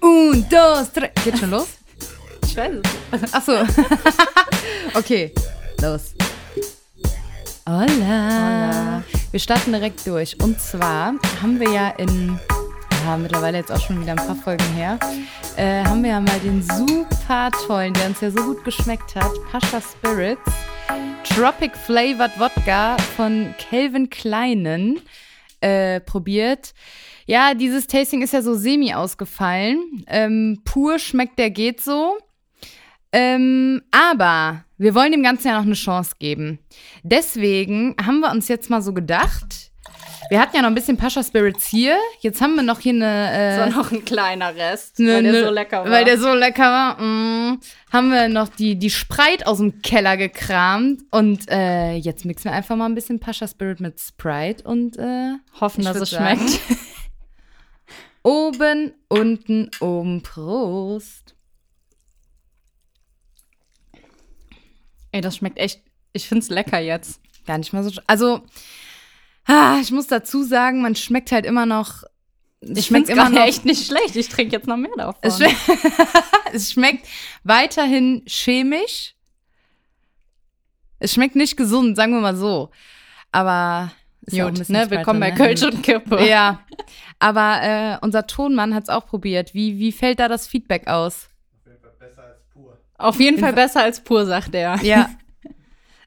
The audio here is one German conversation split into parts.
Un, dos, drei. Geht schon los? Ich weiß es. Achso. okay, los. Hola. Hola. Wir starten direkt durch. Und zwar haben wir ja in, ja, mittlerweile jetzt auch schon wieder ein paar Folgen her, äh, haben wir ja mal den super tollen, der uns ja so gut geschmeckt hat, Pascha Spirits, Tropic Flavored Wodka von Calvin Kleinen äh, probiert. Ja, dieses Tasting ist ja so semi ausgefallen. Ähm, pur schmeckt der geht so. Ähm, aber wir wollen dem Ganzen ja noch eine Chance geben. Deswegen haben wir uns jetzt mal so gedacht, wir hatten ja noch ein bisschen Pascha Spirits hier. Jetzt haben wir noch hier eine. Äh, So noch ein kleiner Rest, ne- weil der ne- so lecker war. Weil der so lecker war. Mm, haben wir noch die, die Sprite aus dem Keller gekramt. Und äh, jetzt mixen wir einfach mal ein bisschen Pascha Spirit mit Sprite und äh, Hoffen, Ich dass würd es schmeckt. oben, unten, oben. Prost. Ey, das schmeckt echt. Ich find's lecker jetzt. Gar nicht mal so. sch- Also, ah, ich muss dazu sagen, man schmeckt halt immer noch. es Ich schmeckt find's gerade echt nicht schlecht. Ich trinke jetzt noch mehr davon. Es, schme es schmeckt weiterhin chemisch. Es schmeckt nicht gesund, sagen wir mal so. Aber ist ja auch ein Gut, bisschen ne? Sprite Willkommen bei drin, Kölsch und Kippe. Ja, aber äh, unser Tonmann hat es auch probiert. Wie, wie fällt da das Feedback aus? Auf jeden Fall besser als pur. Auf jeden Fall besser als pur, sagt er. Ja.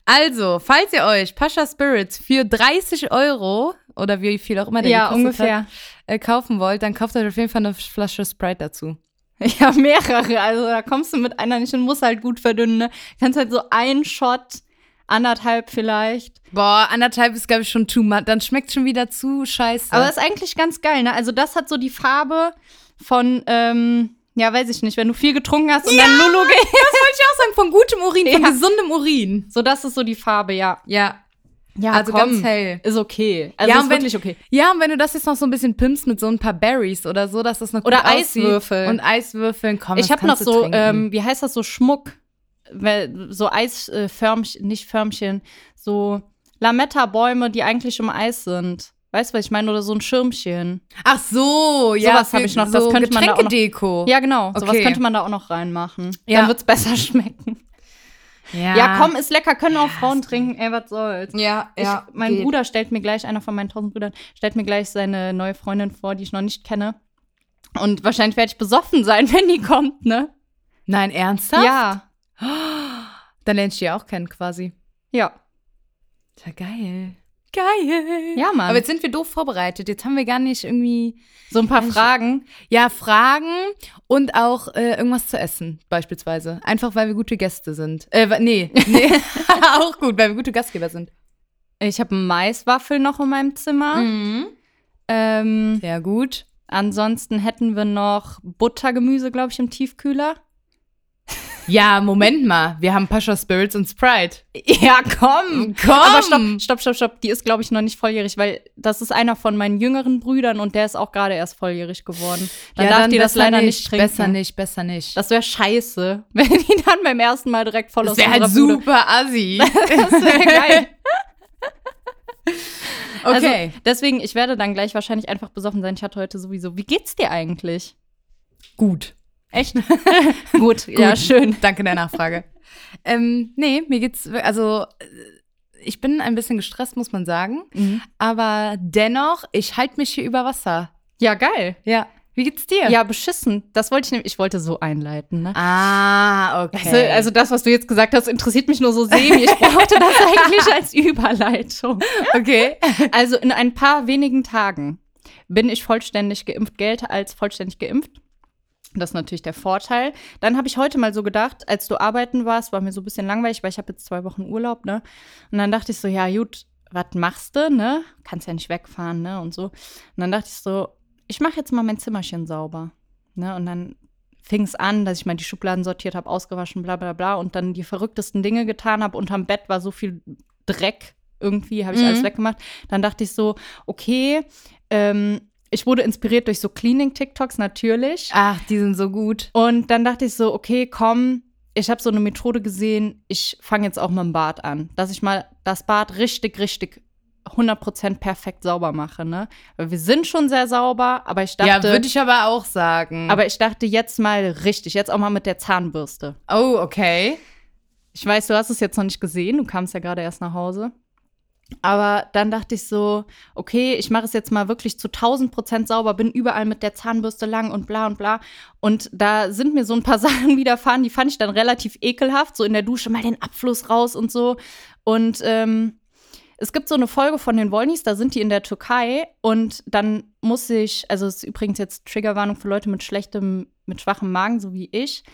Also, falls ihr euch Pascha Spirits für 30 Euro oder wie viel auch immer der Ja, gekostet ungefähr. Hat, äh, kaufen wollt, dann kauft euch auf jeden Fall eine Flasche Sprite dazu. Ja, mehrere. Also da kommst du mit einer nicht und musst halt gut verdünnen. Ne? Kannst halt so einen Shot, anderthalb vielleicht. Boah, anderthalb ist, glaube ich, schon too much. Dann schmeckt schon wieder zu scheiße. Aber ist eigentlich ganz geil, ne? Also das hat so die Farbe von, ähm, ja, weiß ich nicht, wenn du viel getrunken hast und dann Lulu gehst. Das wollte ich auch sagen, von gutem Urin, von Ja. gesundem Urin. So, das ist so die Farbe, ja. Ja. Ja, also ganz hell. Ist okay. Ah, Also Ja, ist und wenn- wirklich okay. Ja, und wenn du das jetzt noch so ein bisschen pimpst mit so ein paar Berries oder so, dass das noch Oder gut aussieht. Eiswürfel. Und Eiswürfeln, komm, Ich das habe noch kannst du so, trinken. ähm, wie heißt das, so Schmuck, weil- so Eisförmchen, nicht Förmchen, so Lametta-Bäume, die eigentlich im Eis sind. Weißt du, was ich meine? Oder so ein Schirmchen. Ach so, ja. sowas hab für ich noch, So das könnte man da auch noch- Getränkedeko. Ja, genau. Sowas Okay. könnte man da auch noch reinmachen. Ja. Dann wird's besser schmecken. ja. Ja, komm, ist lecker, können auch Frauen trinken. Ey, was soll's. Ja, ja. ich, mein geht. Bruder stellt mir gleich, einer von meinen tausend Brüdern, stellt mir gleich seine neue Freundin vor, die ich noch nicht kenne. Und wahrscheinlich werde ich besoffen sein, wenn die kommt, ne? Nein, ernsthaft? Ja. Dann lernst du ja auch kennen quasi. Ja. Ja, geil. Geil. Ja, Mann. Aber jetzt sind wir doof vorbereitet. Jetzt haben wir gar nicht irgendwie, So ein paar Fragen. ja, Fragen und auch äh, irgendwas zu essen, beispielsweise. Einfach, weil wir gute Gäste sind. Äh, wa- nee, nee. auch gut, weil wir gute Gastgeber sind. Ich habe einen Maiswaffel noch in meinem Zimmer. Mhm. Ähm, Sehr gut. ansonsten hätten wir noch Buttergemüse, glaube ich, im Tiefkühler. Ja, Moment mal. Wir haben Pascha Spirits und Sprite. Ja, Komm! komm. Mhm. Aber stopp, stopp, stopp, stopp. Die ist, glaube ich, noch nicht volljährig, weil das ist einer von meinen jüngeren Brüdern und der ist auch gerade erst volljährig geworden. Dann ja, darf dann die das besser leider nicht trinken. Besser nicht, besser nicht. Das wäre scheiße, wenn die dann beim ersten Mal direkt voll aus wär halt unserer Bude- assi. Das wäre geil. Okay. Also, deswegen, ich werde dann gleich wahrscheinlich einfach besoffen sein. Ich hatte heute sowieso. Wie geht's dir eigentlich? gut. Echt? Gut, ja, Gut. schön. Danke der Nachfrage. ähm, nee, mir geht's, wir- also äh, ich bin ein bisschen gestresst, muss man sagen. Mhm. Aber dennoch, ich halte mich hier über Wasser. Ja, geil. Ja. Wie geht's dir? Ja, beschissen. Das wollte ich nämlich. Ich wollte so einleiten, ne? Ah, okay. Also, also das, was du jetzt gesagt hast, interessiert mich nur so semi. Ich brauchte das eigentlich als Überleitung. okay. Also in ein paar wenigen Tagen bin ich vollständig geimpft, gelte als vollständig geimpft. Das ist natürlich der Vorteil. Dann habe ich heute mal so gedacht, als du arbeiten warst, war mir so ein bisschen langweilig, weil ich habe jetzt zwei Wochen Urlaub, ne? Und dann dachte ich so, ja gut, was machst du, ne? Kannst ja nicht wegfahren, ne? Und so. Und dann dachte ich so, ich mache jetzt mal mein Zimmerchen sauber, ne? Und dann fing es an, dass ich mal die Schubladen sortiert habe, ausgewaschen, bla bla bla. Und dann die verrücktesten Dinge getan habe. Unterm Bett war so viel Dreck irgendwie, habe ich Mhm. alles weggemacht. Dann dachte ich so, okay, ähm, ich wurde inspiriert durch so Cleaning-TikToks natürlich. Ach, die sind so gut. Und dann dachte ich so, okay, komm, ich habe so eine Methode gesehen, ich fange jetzt auch mit dem Bad an, dass ich mal das Bad richtig, richtig 100% perfekt sauber mache, ne? Weil wir sind schon sehr sauber, aber ich ja, dachte, würde ich aber auch sagen. aber ich dachte jetzt mal richtig, jetzt auch mal mit der Zahnbürste. oh, okay. Ich weiß, du hast es jetzt noch nicht gesehen, du kamst ja gerade erst nach Hause. Aber dann dachte ich so, okay, ich mache es jetzt mal wirklich zu 1000 Prozent sauber, bin überall mit der Zahnbürste lang und bla und bla. Und da sind mir so ein paar Sachen widerfahren, die fand ich dann relativ ekelhaft, so in der Dusche mal den Abfluss raus und so. Und ähm, es gibt so eine Folge von den Wollnis, da sind die in der Türkei und dann muss ich, also es ist übrigens jetzt Triggerwarnung für Leute mit schlechtem, mit schwachem Magen, so wie ich.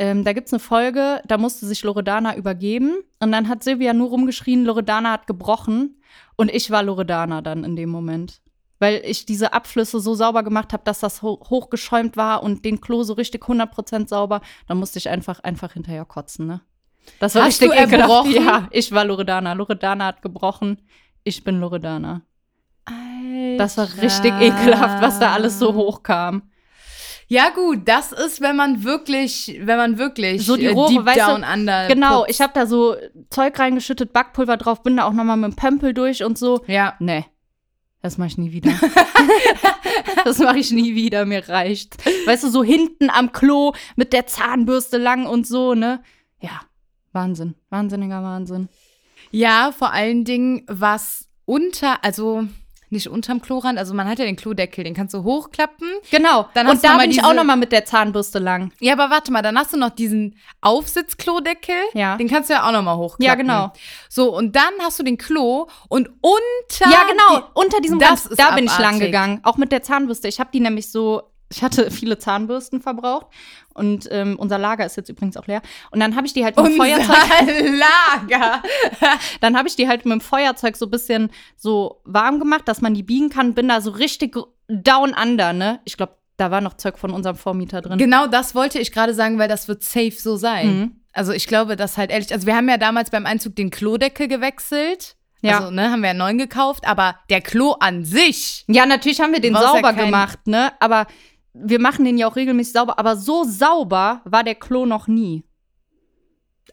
Ähm, da gibt es eine Folge, da musste sich Loredana übergeben und dann hat Silvia nur rumgeschrien, Loredana hat gebrochen und ich war Loredana dann in dem Moment. Weil ich diese Abflüsse so sauber gemacht habe, dass das ho hochgeschäumt war und den Klo so richtig 100% sauber, dann musste ich einfach, einfach hinterher kotzen, ne? Das war Hast richtig du ekelhaft. erbrochen? Ja, ich war Loredana. Loredana hat gebrochen. Ich bin Loredana. Das war richtig Alter. ekelhaft, was da alles so hochkam. Ja, gut, das ist, wenn man wirklich, wenn man wirklich So die äh, Rohre, deep weißt du, down under. Genau, putzt. ich habe da so Zeug reingeschüttet, Backpulver drauf, bin da auch nochmal mit dem Pömpel durch und so. Ja. Nee, das mache ich nie wieder. das mache ich nie wieder, mir reicht. Weißt du, so hinten am Klo mit der Zahnbürste lang und so, ne? Ja, Wahnsinn, wahnsinniger Wahnsinn. Ja, vor allen Dingen, was unter, also nicht unterm Klorand, also man hat ja den Klodeckel, den kannst du hochklappen. Genau, Dann hast und du da noch mal bin ich auch diese- nochmal mit der Zahnbürste lang. Ja, aber warte mal, dann hast du noch diesen Aufsitzklodeckel. Ja. Den kannst du ja auch nochmal hochklappen. Ja, genau. So, und dann hast du den Klo und unter. ja, genau, unter diesem das Gas, ist da bin ich lang abartig. gegangen. Auch mit der Zahnbürste. Ich habe die nämlich so, ich hatte viele Zahnbürsten verbraucht. Und ähm, unser Lager ist jetzt übrigens auch leer. Und dann habe ich die halt mit dem Unser Feuerzeug, Lager. dann habe ich die halt mit dem Feuerzeug so ein bisschen so warm gemacht, dass man die biegen kann. Bin da so richtig down under, ne? Ich glaube, da war noch Zeug von unserem Vormieter drin. Genau das wollte ich gerade sagen, weil das wird safe so sein. Mhm. Also ich glaube, das halt ehrlich. Also wir haben ja damals beim Einzug den Klodeckel gewechselt. Ja. Also, ne, haben wir einen neuen gekauft, aber der Klo an sich. Ja, natürlich haben wir den Du brauchst ja sauber keinen- gemacht, ne? Aber wir machen den ja auch regelmäßig sauber. Aber so sauber war der Klo noch nie.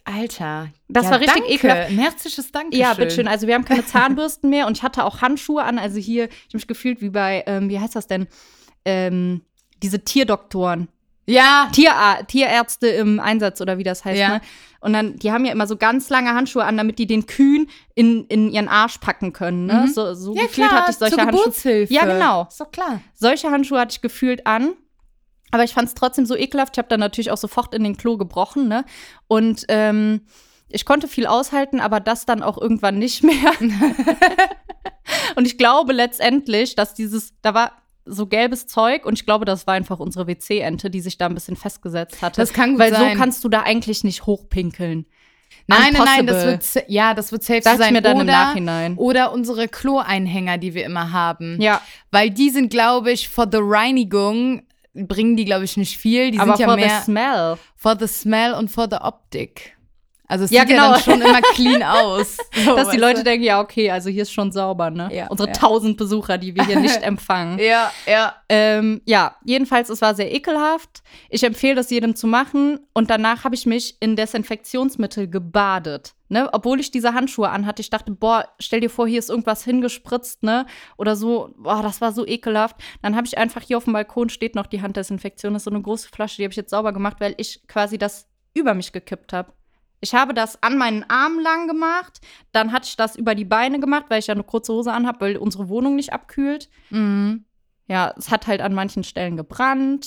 Alter. Das war richtig danke. ekelhaft. Ein herzliches Dankeschön. Ja, bitteschön. Also wir haben keine Zahnbürsten mehr und ich hatte auch Handschuhe an. Also hier, ich habe mich gefühlt wie bei, ähm, wie heißt das denn? Ähm, diese Tierdoktoren, Ja. Tierär Tierärzte im Einsatz oder wie das heißt. Ja. Ne? Und dann, die haben ja immer so ganz lange Handschuhe an, damit die den Kühen in, in ihren Arsch packen können. Ne? Mhm. So, so Ja, gefühlt klar, hatte ich solche zur Handschuhe. Geburtshilfe. Ja, genau. Ist doch klar. Solche Handschuhe hatte ich gefühlt an. Aber ich fand es trotzdem so ekelhaft. Ich habe dann natürlich auch sofort in den Klo gebrochen. Ne? Und ähm, ich konnte viel aushalten, aber das dann auch irgendwann nicht mehr. und ich glaube letztendlich, dass dieses, da war so gelbes Zeug und ich glaube, das war einfach unsere WC-Ente, die sich da ein bisschen festgesetzt hatte. Das kann gut Weil sein. so kannst du da eigentlich nicht hochpinkeln. Nein, nein, nein, das Impossible. wird, sa- ja, das wird safe Dachte ich sein. mir dann im oder, Oh, Nachhinein. Oder unsere Kloeinhänger, die wir immer haben. Ja, Weil die sind, glaube ich, vor der Reinigung bringen die, glaube ich, nicht viel. Die aber sind ja for mehr the smell. for the smell und for the Optik. Also es Ja, sieht genau. ja dann schon immer clean aus. So, Dass die weißt Leute denken, ja, okay, also hier ist schon sauber, ne? Ja, Unsere ja. tausend Besucher, die wir hier nicht empfangen. du? Ja, ja. Ähm, ja, jedenfalls, es war sehr ekelhaft. Ich empfehle das jedem zu machen. Und danach habe ich mich in Desinfektionsmittel gebadet. Ne? Obwohl ich diese Handschuhe anhatte. Ich dachte, boah, stell dir vor, hier ist irgendwas hingespritzt, ne? Oder so, boah, das war so ekelhaft. Dann habe ich einfach hier auf dem Balkon steht noch die Handdesinfektion. Das ist so eine große Flasche, die habe ich jetzt sauber gemacht, weil ich quasi das über mich gekippt habe. Ich habe das an meinen Armen lang gemacht, dann hatte ich das über die Beine gemacht, weil ich ja eine kurze Hose anhab, weil unsere Wohnung nicht abkühlt. Mhm. Ja, es hat halt an manchen Stellen gebrannt.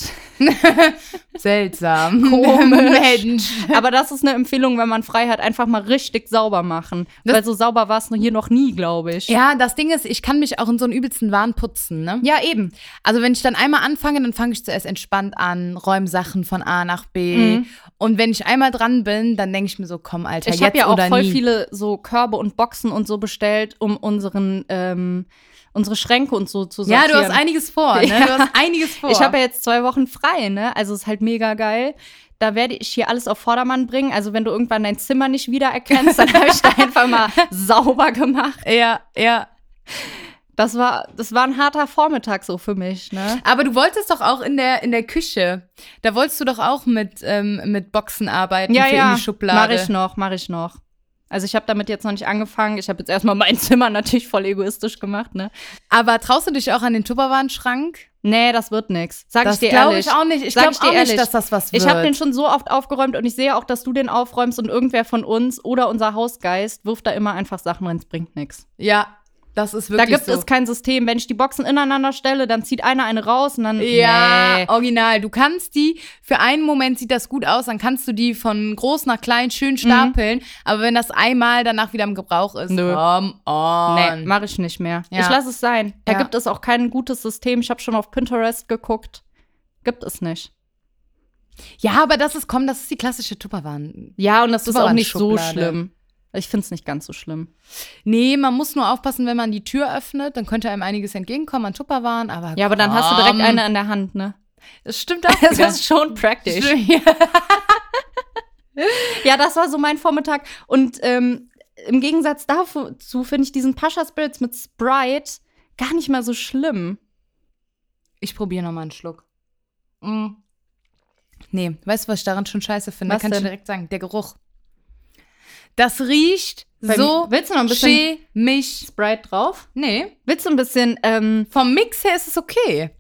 Seltsam. Komisch. Mensch. Aber das ist eine Empfehlung, wenn man frei hat, einfach mal richtig sauber machen. Das- Weil so sauber war es hier noch nie, glaube ich. Ja, das Ding ist, ich kann mich auch in so einen übelsten Wahn putzen, ne? Ja, eben. Also wenn ich dann einmal anfange, dann fange ich zuerst entspannt an, räume Sachen von A nach B. Mhm. Und wenn ich einmal dran bin, dann denke ich mir so, komm, Alter, Ich jetzt habe ja auch oder voll nie. viele so Körbe und Boxen und so bestellt, um unseren, ähm, unsere Schränke und so zu ja, sortieren. du hast einiges vor, ne? Du hast einiges vor. Ich habe ja jetzt zwei Wochen frei, ne? Also ist halt mega geil. Da werde ich hier alles auf Vordermann bringen. Also wenn du irgendwann dein Zimmer nicht wiedererkennst, dann habe ich da einfach mal sauber gemacht. ja, ja. Das war, das war ein harter Vormittag so für mich, ne? Aber du wolltest doch auch in der, in der Küche, da wolltest du doch auch mit, ähm, mit Boxen arbeiten für in die Schublade. Mache ich noch, mache ich noch. Also ich habe damit jetzt noch nicht angefangen. Ich habe jetzt erstmal mein Zimmer natürlich voll egoistisch gemacht, ne? Aber traust du dich auch an den Tupperwarenschrank? Nee, das wird nix. Sag Das ich dir glaube ehrlich. ich auch nicht. Ich Sag glaube ich auch dir ehrlich. nicht, dass das was wird. Ich habe den schon so oft aufgeräumt und ich sehe auch, dass du den aufräumst und irgendwer von uns oder unser Hausgeist wirft da immer einfach Sachen rein, es bringt nichts. ja, das ist Da wirklich gibt so. es kein System. Wenn ich die Boxen ineinander stelle, dann zieht einer eine raus und dann. Ja, oh Nee. original. Du kannst die, für einen Moment sieht das gut aus, dann kannst du die von groß nach klein schön Mhm. stapeln, aber wenn das einmal danach wieder im Gebrauch ist, Nö. come on. Nee, mache ich nicht mehr. Ja. Ich lasse es sein. Da Ja. gibt es auch kein gutes System. Ich habe schon auf Pinterest geguckt. Gibt es nicht. ja, aber das ist, komm, das ist die klassische Tupperwaren. Ja, und das ist war auch eine nicht so Schublade. schlimm. Ich finde es nicht ganz so schlimm. Nee, man muss nur aufpassen, wenn man die Tür öffnet, dann könnte einem einiges entgegenkommen an Tupperwaren, aber Ja, aber dann hast du komm. direkt eine in der Hand, ne? Das stimmt auch. Das wieder. ist schon praktisch. Stimmt. Ja, das war so mein Vormittag. Und ähm, im Gegensatz dazu finde ich diesen Pascha Spirits mit Sprite gar nicht mal so schlimm. Ich probiere nochmal einen Schluck. Mm. Nee, weißt du, was ich daran schon scheiße finde? Was Kann ich denn? dir direkt sagen. Der Geruch. Das riecht Bei so mir- willst du noch ein bisschen chemisch. Sprite drauf? Nee, Willst du ein bisschen, ähm, vom Mix her ist es okay.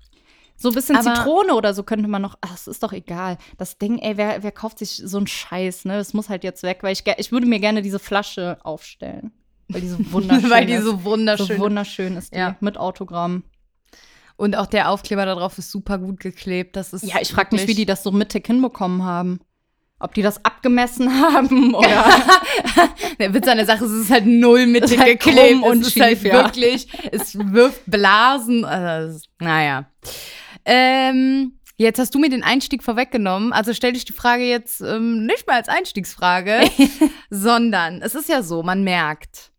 so ein bisschen Aber- Zitrone oder so könnte man noch. Ach, es ist doch egal. Das Ding, ey, wer, wer kauft sich so einen Scheiß, ne? Das muss halt jetzt weg, weil ich, ge- ich würde mir gerne diese Flasche aufstellen. Weil die so wunderschön Weil die ist. so wunderschön so wunderschön ist, die, Ja. mit Autogramm. Und auch der Aufkleber da drauf ist super gut geklebt. Das ist Ja, ich frage mich, wie wirklich- die das so mittig hinbekommen haben. Ob die das abgemessen haben oder. Der Witz an der Sache ist, es ist halt null mittig Ist halt geklebt krumm und es ist halt schief, ja. wirklich, es wirft Blasen. Also, es- naja. Ähm, jetzt hast du mir den Einstieg vorweggenommen. Also stelle ich die Frage jetzt ähm, nicht mal als Einstiegsfrage, sondern es ist ja so, man merkt,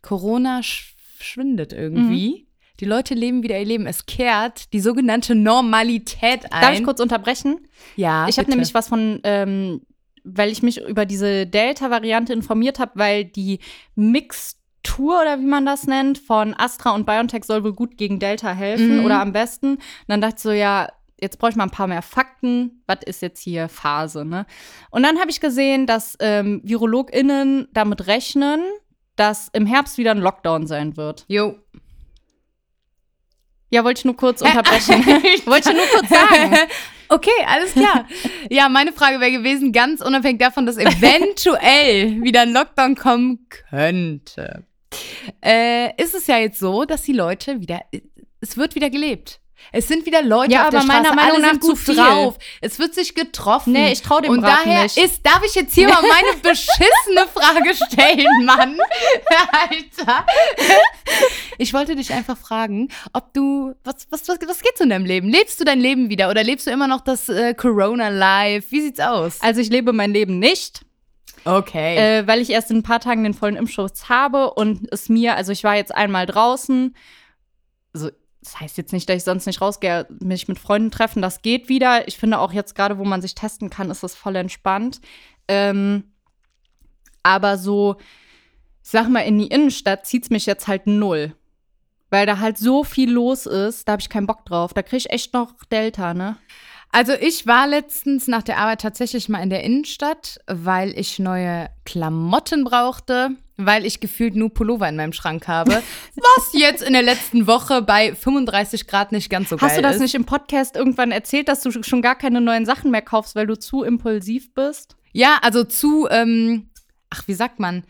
Corona sch- schwindet irgendwie. Mhm. Die Leute leben wieder ihr Leben. Es kehrt die sogenannte Normalität ein. Darf ich kurz unterbrechen? Ja, ich habe bitte. nämlich was von, ähm, weil ich mich über diese Delta-Variante informiert habe, weil die Mixtur oder wie man das nennt, von Astra und BioNTech soll wohl gut gegen Delta helfen Mhm. oder am besten. Und dann dachte ich so, ja, jetzt brauche ich mal ein paar mehr Fakten. Was ist jetzt hier Phase, ne? Und dann habe ich gesehen, dass ähm, VirologInnen damit rechnen, dass im Herbst wieder ein Lockdown sein wird. Jo. Ja, wollte ich nur kurz unterbrechen. wollte ich nur kurz sagen. Okay, alles klar. Ja, meine Frage wäre gewesen, ganz unabhängig davon, dass eventuell wieder ein Lockdown kommen könnte. Äh, ist es ja jetzt so, dass die Leute wieder, es wird wieder gelebt. Es sind wieder Leute Ja, auf der aber meiner Straße, Meinung alle nach sind zu gut viel. drauf. Es wird sich getroffen. Nee, ich trau dem Und Braten daher nicht. ist, darf ich jetzt hier mal meine beschissene Frage stellen, Mann? Alter. Ich wollte dich einfach fragen, ob du, was, was, was, was geht so in deinem Leben? Lebst du dein Leben wieder oder lebst du immer noch das äh, Corona-Life? Wie sieht's aus? Also ich lebe mein Leben nicht. Okay. äh, weil ich erst in ein paar Tagen den vollen Impfschutz habe und es mir, also ich war jetzt einmal draußen. Also das heißt jetzt nicht, dass ich sonst nicht rausgehe, mich mit Freunden treffen, das geht wieder. Ich finde auch jetzt gerade, wo man sich testen kann, ist das voll entspannt. Ähm, aber so, ich sag mal, in die Innenstadt zieht es mich jetzt halt null. Weil da halt so viel los ist, da habe ich keinen Bock drauf. Da kriege ich echt noch Delta, ne? Also ich war letztens nach der Arbeit tatsächlich mal in der Innenstadt, weil ich neue Klamotten brauchte, weil ich gefühlt nur Pullover in meinem Schrank habe, was jetzt in der letzten Woche bei 35 Grad nicht ganz so geil Hast du das ist. nicht im Podcast irgendwann erzählt, dass du schon gar keine neuen Sachen mehr kaufst, weil du zu impulsiv bist? Ja, also zu, ähm, ach, wie sagt man?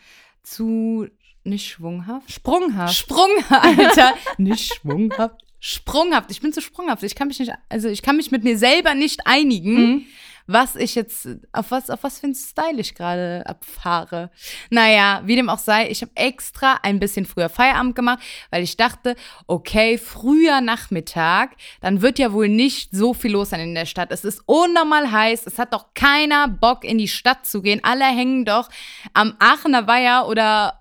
Zu nicht schwunghaft? Sprunghaft. Sprunghaft, Alter. nicht schwunghaft. Sprunghaft. Ich bin zu sprunghaft. Ich kann mich nicht, also ich kann mich mit mir selber nicht einigen, was ich jetzt, auf was, auf was für einen Style ich gerade abfahre. Naja, wie dem auch sei, ich habe extra ein bisschen früher Feierabend gemacht, weil ich dachte, okay, früher Nachmittag, dann wird ja wohl nicht so viel los sein in der Stadt. Es ist unnormal heiß, es hat doch keiner Bock, in die Stadt zu gehen. Alle hängen doch am Aachener Weiher oder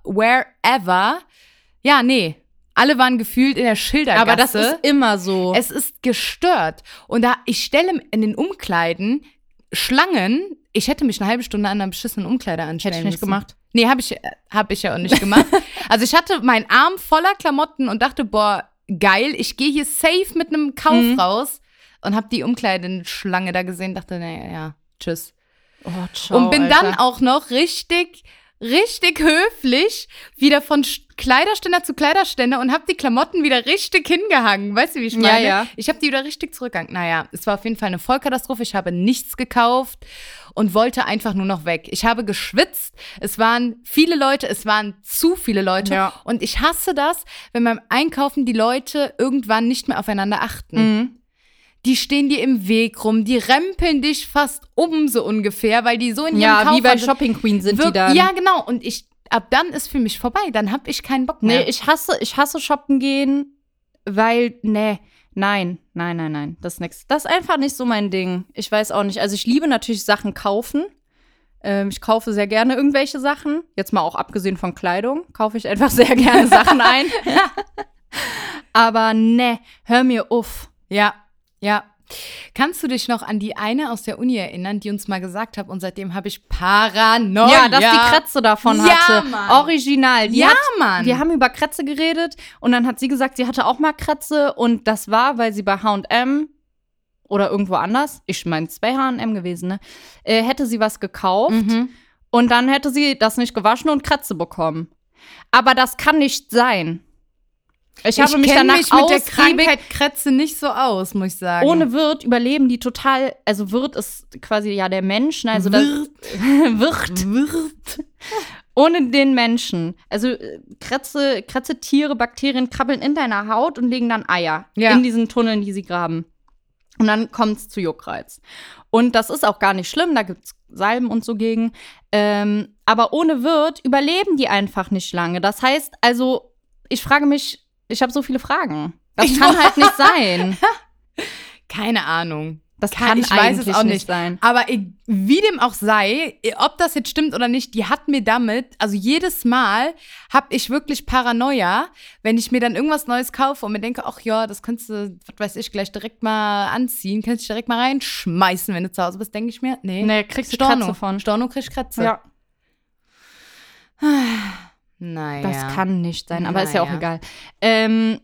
wherever. Ja, nee. Alle waren gefühlt in der Schildergasse. Aber das ist immer so. es ist gestört. Und da, ich stelle in den Umkleiden Schlangen. Ich hätte mich eine halbe Stunde an einer beschissenen Umkleide anstellen ich nicht müssen. gemacht. Nee, habe ich, äh, hab ich ja auch nicht gemacht. also ich hatte meinen Arm voller Klamotten und dachte, boah, geil, ich gehe hier safe mit einem Kauf Mhm. raus. Und habe die Umkleidenschlange da gesehen, dachte, naja, ja, tschüss. oh, ciao, und bin Alter. dann auch noch richtig richtig höflich wieder von Sch- Kleiderständer zu Kleiderständer und habe die Klamotten wieder richtig hingehangen. Weißt du, wie ich Ja, meine? ja. Ich habe die wieder richtig zurückgehangen. Naja, es war auf jeden Fall eine Vollkatastrophe. Ich habe nichts gekauft und wollte einfach nur noch weg. Ich habe geschwitzt. Es waren viele Leute, es waren zu viele Leute. Ja. Und ich hasse das, wenn beim Einkaufen die Leute irgendwann nicht mehr aufeinander achten Mhm. die stehen dir im Weg rum, die rempeln dich fast um so ungefähr, weil die so in ihrem Ja, Kauf wie bei Shopping Queen sind die da. Ja, genau. Und ich ab dann ist für mich vorbei, dann hab ich keinen Bock Nee, mehr. ich hasse, ich hasse shoppen gehen, weil, nee, nein, nein, nein, nein, das ist nix. Das ist einfach nicht so mein Ding. Ich weiß auch nicht. Also ich liebe natürlich Sachen kaufen. Ähm, ich kaufe sehr gerne irgendwelche Sachen. Jetzt mal auch abgesehen von Kleidung, kaufe ich einfach sehr gerne Sachen ein. Aber nee, hör mir uff. ja, ja. Kannst du dich noch an die eine aus der Uni erinnern, die uns mal gesagt hat und seitdem habe ich Paranoia? ja, dass die Kratze davon Oh Ja, hatte. Mann. Original. Die Ja, hat Mann. Wir haben über Kratze geredet und dann hat sie gesagt, sie hatte auch mal Kratze und das war, weil sie bei H&M oder irgendwo anders, ich meine, es bei H&M gewesen, ne, äh, hätte sie was gekauft mhm. und dann hätte sie das nicht gewaschen und Kratze bekommen. Aber das kann nicht sein. Ich habe mich kenn danach mich mit der ausgiebig Krankheit Krätze nicht so aus, muss ich sagen. ohne Wirt überleben die total, also Wirt ist quasi ja der Mensch, ne, also das Wirt. Wirt. Ohne den Menschen. Also äh, Kratze, Kratze, Tiere, Bakterien krabbeln in deiner Haut und legen dann Eier Ja. in diesen Tunneln, die sie graben. Und dann kommt es zu Juckreiz. Und das ist auch gar nicht schlimm, da gibt es Salben und so gegen. Ähm, aber ohne Wirt überleben die einfach nicht lange. Das heißt, also, ich frage mich, ich habe so viele Fragen. Das Ich kann halt nicht sein. Keine Ahnung. Das Kann- kann, ich weiß es eigentlich auch nicht, nicht. sein. Aber e- wie dem auch sei, e- ob das jetzt stimmt oder nicht, die hat mir damit, also jedes Mal habe ich wirklich Paranoia, wenn ich mir dann irgendwas Neues kaufe und mir denke, ach ja, das kannst du, was weiß ich, gleich direkt mal anziehen, kannst du direkt mal reinschmeißen, wenn du zu Hause bist, denke ich mir, nee. Nee, kriegst du Storno. Kratze von. Storno kriegst Kratze. Ja. Naja. Das kann nicht sein, aber ist ja auch Naja. egal. Ähm,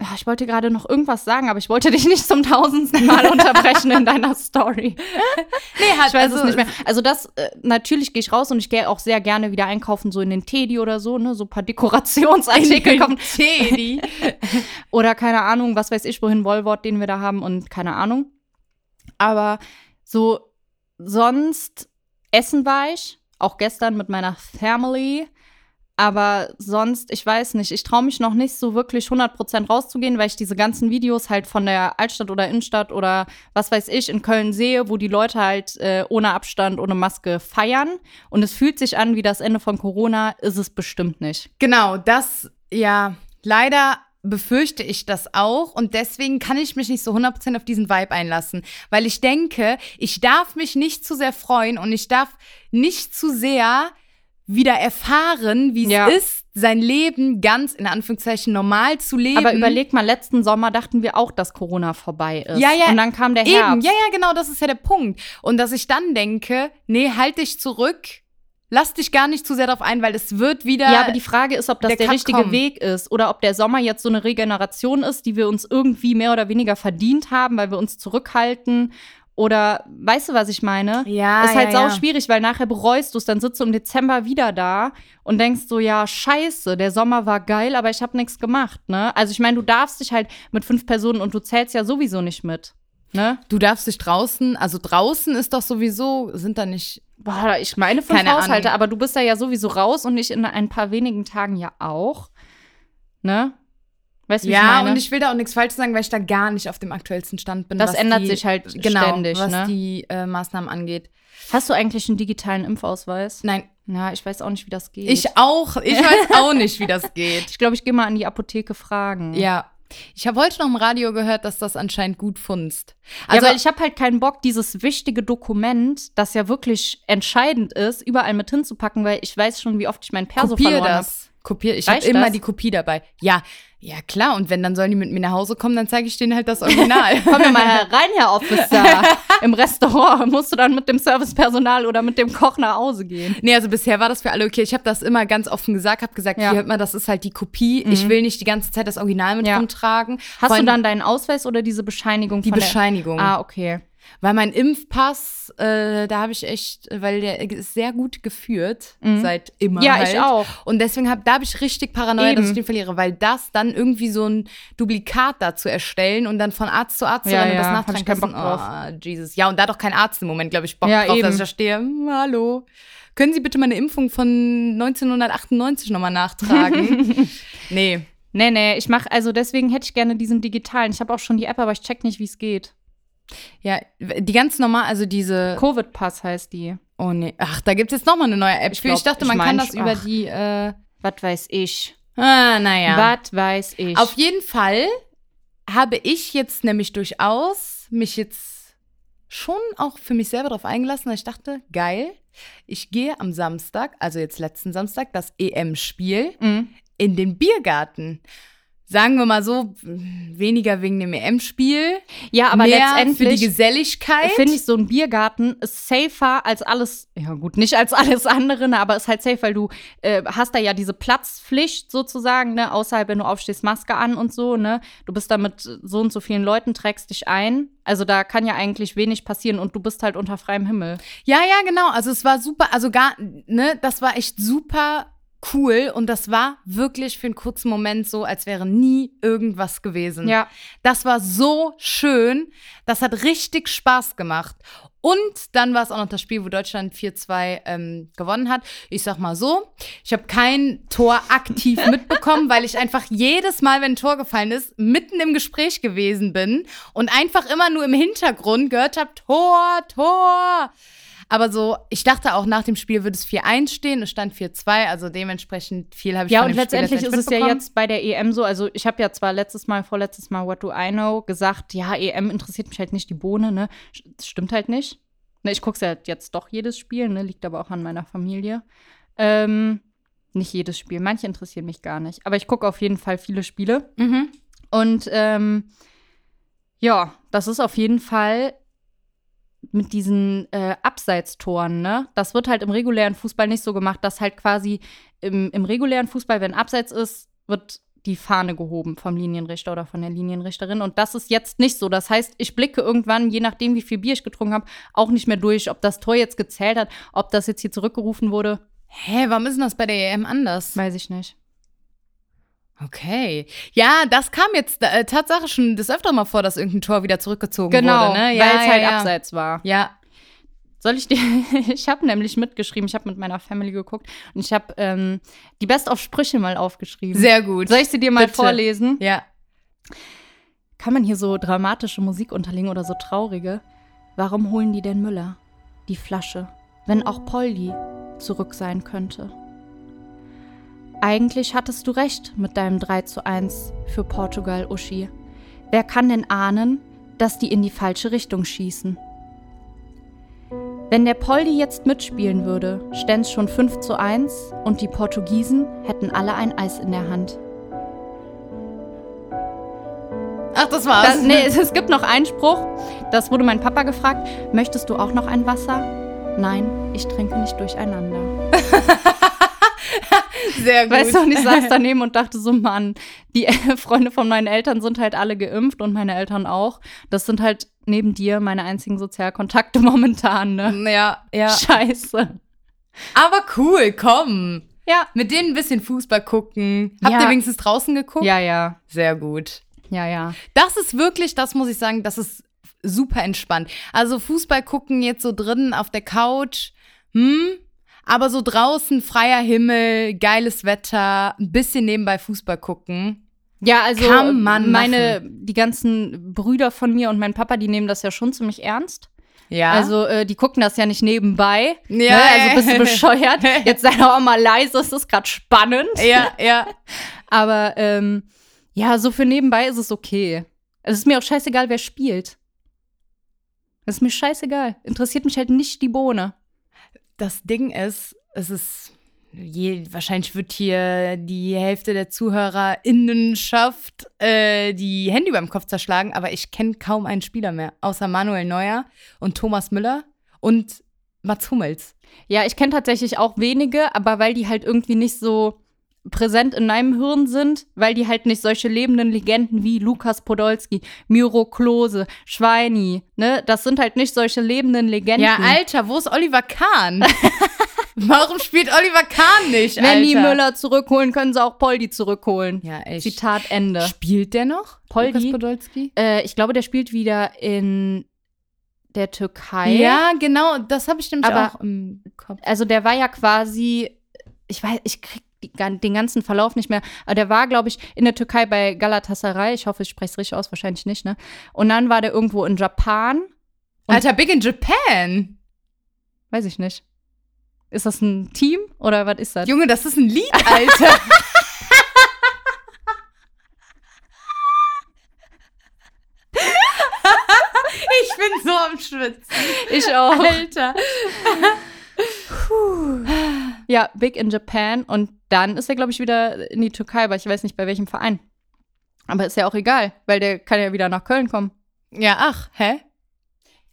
ah, ich wollte gerade noch irgendwas sagen, aber ich wollte dich nicht zum tausendsten Mal unterbrechen in deiner Story. Nee, hat, Ich weiß also, es nicht mehr. Also das, äh, natürlich gehe ich raus und ich gehe auch sehr gerne wieder einkaufen, so in den Teddy oder so, ne? So ein paar Dekorationsartikel kaufen. Teddy. Oder keine Ahnung, was weiß ich, wohin Wollwort, den wir da haben und keine Ahnung. Aber so sonst essen war ich, auch gestern mit meiner Family. Aber sonst, ich weiß nicht, ich traue mich noch nicht so wirklich 100% rauszugehen, weil ich diese ganzen Videos halt von der Altstadt oder Innenstadt oder was weiß ich in Köln sehe, wo die Leute halt äh, ohne Abstand, ohne Maske feiern. Und es fühlt sich an wie das Ende von Corona, ist es bestimmt nicht. Genau, das, ja, leider befürchte ich das auch und deswegen kann ich mich nicht so 100% auf diesen Vibe einlassen, weil ich denke, ich darf mich nicht zu sehr freuen und ich darf nicht zu sehr wieder erfahren, wie es Ja. ist, sein Leben ganz in Anführungszeichen normal zu leben. Aber überleg mal, letzten Sommer dachten wir auch, dass Corona vorbei ist. Ja, ja, Und dann kam der Eben, Herbst. ja, ja, genau, das ist ja der Punkt. Und dass ich dann denke, nee, halt dich zurück, lass dich gar nicht zu sehr darauf ein, weil es wird wieder Ja, aber die Frage ist, ob das Der der, kann richtige kommen. Weg ist oder ob der Sommer jetzt so eine Regeneration ist, die wir uns irgendwie mehr oder weniger verdient haben, weil wir uns zurückhalten. Oder weißt du, was ich meine? ja, ist halt ja, sau ja. schwierig, weil nachher bereust du es, dann sitzt du im Dezember wieder da und denkst so, ja, scheiße, der Sommer war geil, aber ich habe nichts gemacht, ne? Also ich meine, du darfst dich halt mit fünf Personen und du zählst ja sowieso nicht mit, ne? Du darfst dich draußen, also draußen ist doch sowieso, sind da nicht. Boah, ich meine fünf Keine Haushalte, Ahnung. aber du bist da ja sowieso raus und ich in ein paar wenigen Tagen ja auch. Ne? Weißt du, wie ich Ja, meine? und ich will da auch nichts falsch sagen, weil ich da gar nicht auf dem aktuellsten Stand bin. Das was ändert die, sich halt genau, ständig, was ne? die äh, Maßnahmen angeht. Hast du eigentlich einen digitalen Impfausweis? Nein, Na, ich weiß auch nicht, wie das geht. ich auch. Ich weiß auch nicht, wie das geht. ich glaube, ich gehe mal an die Apotheke fragen. Ja. Ich habe heute noch im Radio gehört, dass das anscheinend gut funzt. Also, Also ja, weil ich habe halt keinen Bock, dieses wichtige Dokument, das ja wirklich entscheidend ist, überall mit hinzupacken, weil ich weiß schon, wie oft ich mein Perso kopier verloren habe. das. Kopier. Ich habe Reicht immer das? die Kopie dabei. Ja, ja klar. Und wenn, dann sollen die mit mir nach Hause kommen, dann zeige ich denen halt das Original. Komm mir mal rein, Herr Officer. Im Restaurant musst du dann mit dem Servicepersonal oder mit dem Koch nach Hause gehen. Nee, also bisher war das für alle okay. Ich habe das immer ganz offen gesagt, habe gesagt, Ja. Mhm. hier hört man, das ist halt die Kopie. Ich will nicht die ganze Zeit das Original mit Ja. rumtragen. Hast Vor du allem dann deinen Ausweis oder diese Bescheinigung die von Bescheinigung? Der ah, okay. Weil mein Impfpass, äh, da habe ich echt, weil der ist sehr gut geführt Mhm. seit immer. Ja, halt. ich auch. Und deswegen hab, da habe ich richtig Paranoia, dass ich Eben. den verliere, weil das dann irgendwie so ein Duplikat dazu erstellen und dann von Arzt zu Arzt zu Ja, rennen und ja, das hab ich keinen nachtragen Bock Oh, Jesus. Ja, und da hat auch kein Arzt im Moment, glaube ich, Bock Ja, drauf, dass ich eben. da stehe. hm, Hallo. Können Sie bitte meine Impfung von 1998 nochmal nachtragen? nee. Nee, nee, ich mache, also deswegen hätte ich gerne diesen digitalen. Ich habe auch schon die App, aber ich check nicht, wie es geht. Ja, die ganz normal, also diese. Covid-Pass heißt die. Oh nee. Ach, da gibt es jetzt nochmal eine neue App. Ich Ich, glaub, dachte, ich man mein, kann das ich- über ach. die. Äh, Was weiß ich? ah, naja. Was weiß ich? Auf jeden Fall habe ich jetzt nämlich durchaus mich jetzt schon auch für mich selber darauf eingelassen, weil ich dachte, geil, ich gehe am Samstag, also jetzt letzten Samstag, das EM-Spiel Mhm. in den Biergarten. Sagen wir mal so, weniger wegen dem EM-Spiel, Ja, aber mehr für die letztendlich Geselligkeit. finde ich so ein Biergarten ist safer als alles. Ja, gut, nicht als alles andere, ne, aber ist halt safe, weil du äh, hast da ja diese Platzpflicht sozusagen, ne, außerhalb, wenn du aufstehst, Maske an und so, ne. Du bist da mit so und so vielen Leuten, trägst dich ein. Also da kann ja eigentlich wenig passieren und du bist halt unter freiem Himmel. Ja, ja, genau. Also es war super, also gar, ne, das war echt super cool und das war wirklich für einen kurzen Moment so, als wäre nie irgendwas gewesen. Ja. Das war so schön. Das hat richtig Spaß gemacht. Und dann war es auch noch das Spiel, wo Deutschland 4-2 ähm, gewonnen hat. Ich sag mal so, ich habe kein Tor aktiv mitbekommen, weil ich einfach jedes Mal, wenn ein Tor gefallen ist, mitten im Gespräch gewesen bin und einfach immer nur im Hintergrund gehört habe, Tor, Tor. Aber so, ich dachte auch, nach dem Spiel würde es 4-1 stehen. Es stand 4-2, also dementsprechend viel habe ich Ja, von und dem Spiel letztendlich ist es ja mitbekommen. jetzt bei der EM so, also ich habe ja zwar letztes Mal, vorletztes Mal What Do I Know gesagt, ja, EM interessiert mich halt nicht die Bohne, ne? Sch- das Stimmt halt nicht. Ne, ich gucke ja jetzt doch jedes Spiel, ne? Liegt aber auch an meiner Familie. Ähm, nicht jedes Spiel, manche interessieren mich gar nicht. Aber ich gucke auf jeden Fall viele Spiele. Mhm. Und ähm, ja, das ist auf jeden Fall mit diesen äh, Abseitstoren, ne? Das wird halt im regulären Fußball nicht so gemacht, dass halt quasi im, im regulären Fußball, wenn Abseits ist, wird die Fahne gehoben vom Linienrichter oder von der Linienrichterin. Und das ist jetzt nicht so. Das heißt, ich blicke irgendwann, je nachdem, wie viel Bier ich getrunken habe, auch nicht mehr durch, ob das Tor jetzt gezählt hat, ob das jetzt hier zurückgerufen wurde, Hä, warum ist denn das bei der EM anders? weiß ich nicht. Okay. Ja, das kam jetzt äh, Tatsache schon des öfter mal vor, dass irgendein Tor wieder zurückgezogen Genau, wurde. Ne? weil es halt ja. Abseits war. Ja. Soll ich dir? Ich habe nämlich mitgeschrieben, ich habe mit meiner Family geguckt und ich habe ähm, die Best-of-Sprüche mal aufgeschrieben. sehr gut. Mhm. Soll ich sie dir mal Bitte. vorlesen? ja. Kann man hier so dramatische Musik unterlegen oder so traurige? Warum holen die denn Müller? Die Flasche. Wenn auch Poldi zurück sein könnte. Eigentlich hattest du recht mit deinem 3 zu 1 für Portugal, Uschi. Wer kann denn ahnen, dass die in die falsche Richtung schießen? Wenn der Poldi jetzt mitspielen würde, ständ's schon 5 zu 1 und die Portugiesen hätten alle ein Eis in der Hand. Ach, das war's. Das, nee, es, es gibt noch einen Spruch. Das wurde mein Papa gefragt. Möchtest du auch noch ein Wasser? Nein, ich trinke nicht durcheinander. sehr gut. Weißt du, und ich saß daneben und dachte so, Mann, die Freunde von meinen Eltern sind halt alle geimpft und meine Eltern auch. Das sind halt neben dir meine einzigen Sozialkontakte momentan, ne? ja, ja. Scheiße. Aber cool, komm. Ja. Mit denen ein bisschen Fußball gucken. Habt Ja. ihr wenigstens draußen geguckt? Ja, ja. Sehr gut. Ja, ja. Das ist wirklich, das muss ich sagen, das ist super entspannt. Also Fußball gucken jetzt so drinnen auf der Couch, hm? Aber so draußen freier Himmel, geiles Wetter, ein bisschen nebenbei Fußball gucken. Ja, also Kann man meine, die ganzen Brüder von mir und mein Papa, die nehmen das ja schon ziemlich ernst. Ja. Also äh, die gucken das ja nicht nebenbei. Ja. Ne? Also bist du bescheuert. Jetzt sei doch auch mal leise, es ist gerade spannend. ja, ja. Aber ähm, ja, so für nebenbei ist es okay. Also Es ist mir auch scheißegal, wer spielt. Es ist mir scheißegal. Interessiert mich halt nicht die Bohne. Das Ding ist, es ist je, wahrscheinlich wird hier die Hälfte der ZuhörerInnenschaft äh, die Hände über dem Kopf zerschlagen, aber ich kenne kaum einen Spieler mehr, außer Manuel Neuer und Thomas Müller und Mats Hummels. Ja, ich kenne tatsächlich auch wenige, aber weil die halt irgendwie nicht so präsent in meinem Hirn sind, weil die halt nicht solche lebenden Legenden wie Lukas Podolski, Miro Klose, Schweini, ne? Das sind halt nicht solche lebenden Legenden. Ja, Alter, wo ist Oliver Kahn? Warum spielt Oliver Kahn nicht, Alter? Wenn die Müller zurückholen, können sie auch Poldi zurückholen. Ja, echt. Zitat Ende. Spielt der noch? Poldi? Lukas Podolski? Äh, ich glaube, der spielt wieder in der Türkei. Ja, genau, das habe ich nämlich Aber- auch im Kopf. Also der war ja quasi, ich weiß, ich krieg die gan- den ganzen Verlauf nicht mehr. Aber der war, glaube ich, in der Türkei bei Galatasaray. Ich hoffe, ich spreche es richtig aus, wahrscheinlich nicht, ne? Und dann war der irgendwo in Japan. Und- Alter, Big in Japan. Weiß ich nicht. Ist das ein Team oder was ist das? Junge, das ist ein Lied, Alter. ich bin so am Schwitzen. Ich auch. Alter. Ja, Big in Japan. Und dann ist er, glaube ich, wieder in die Türkei, aber ich weiß nicht, bei welchem Verein. Aber ist ja auch egal, weil der kann ja wieder nach Köln kommen. Ja, ach, hä?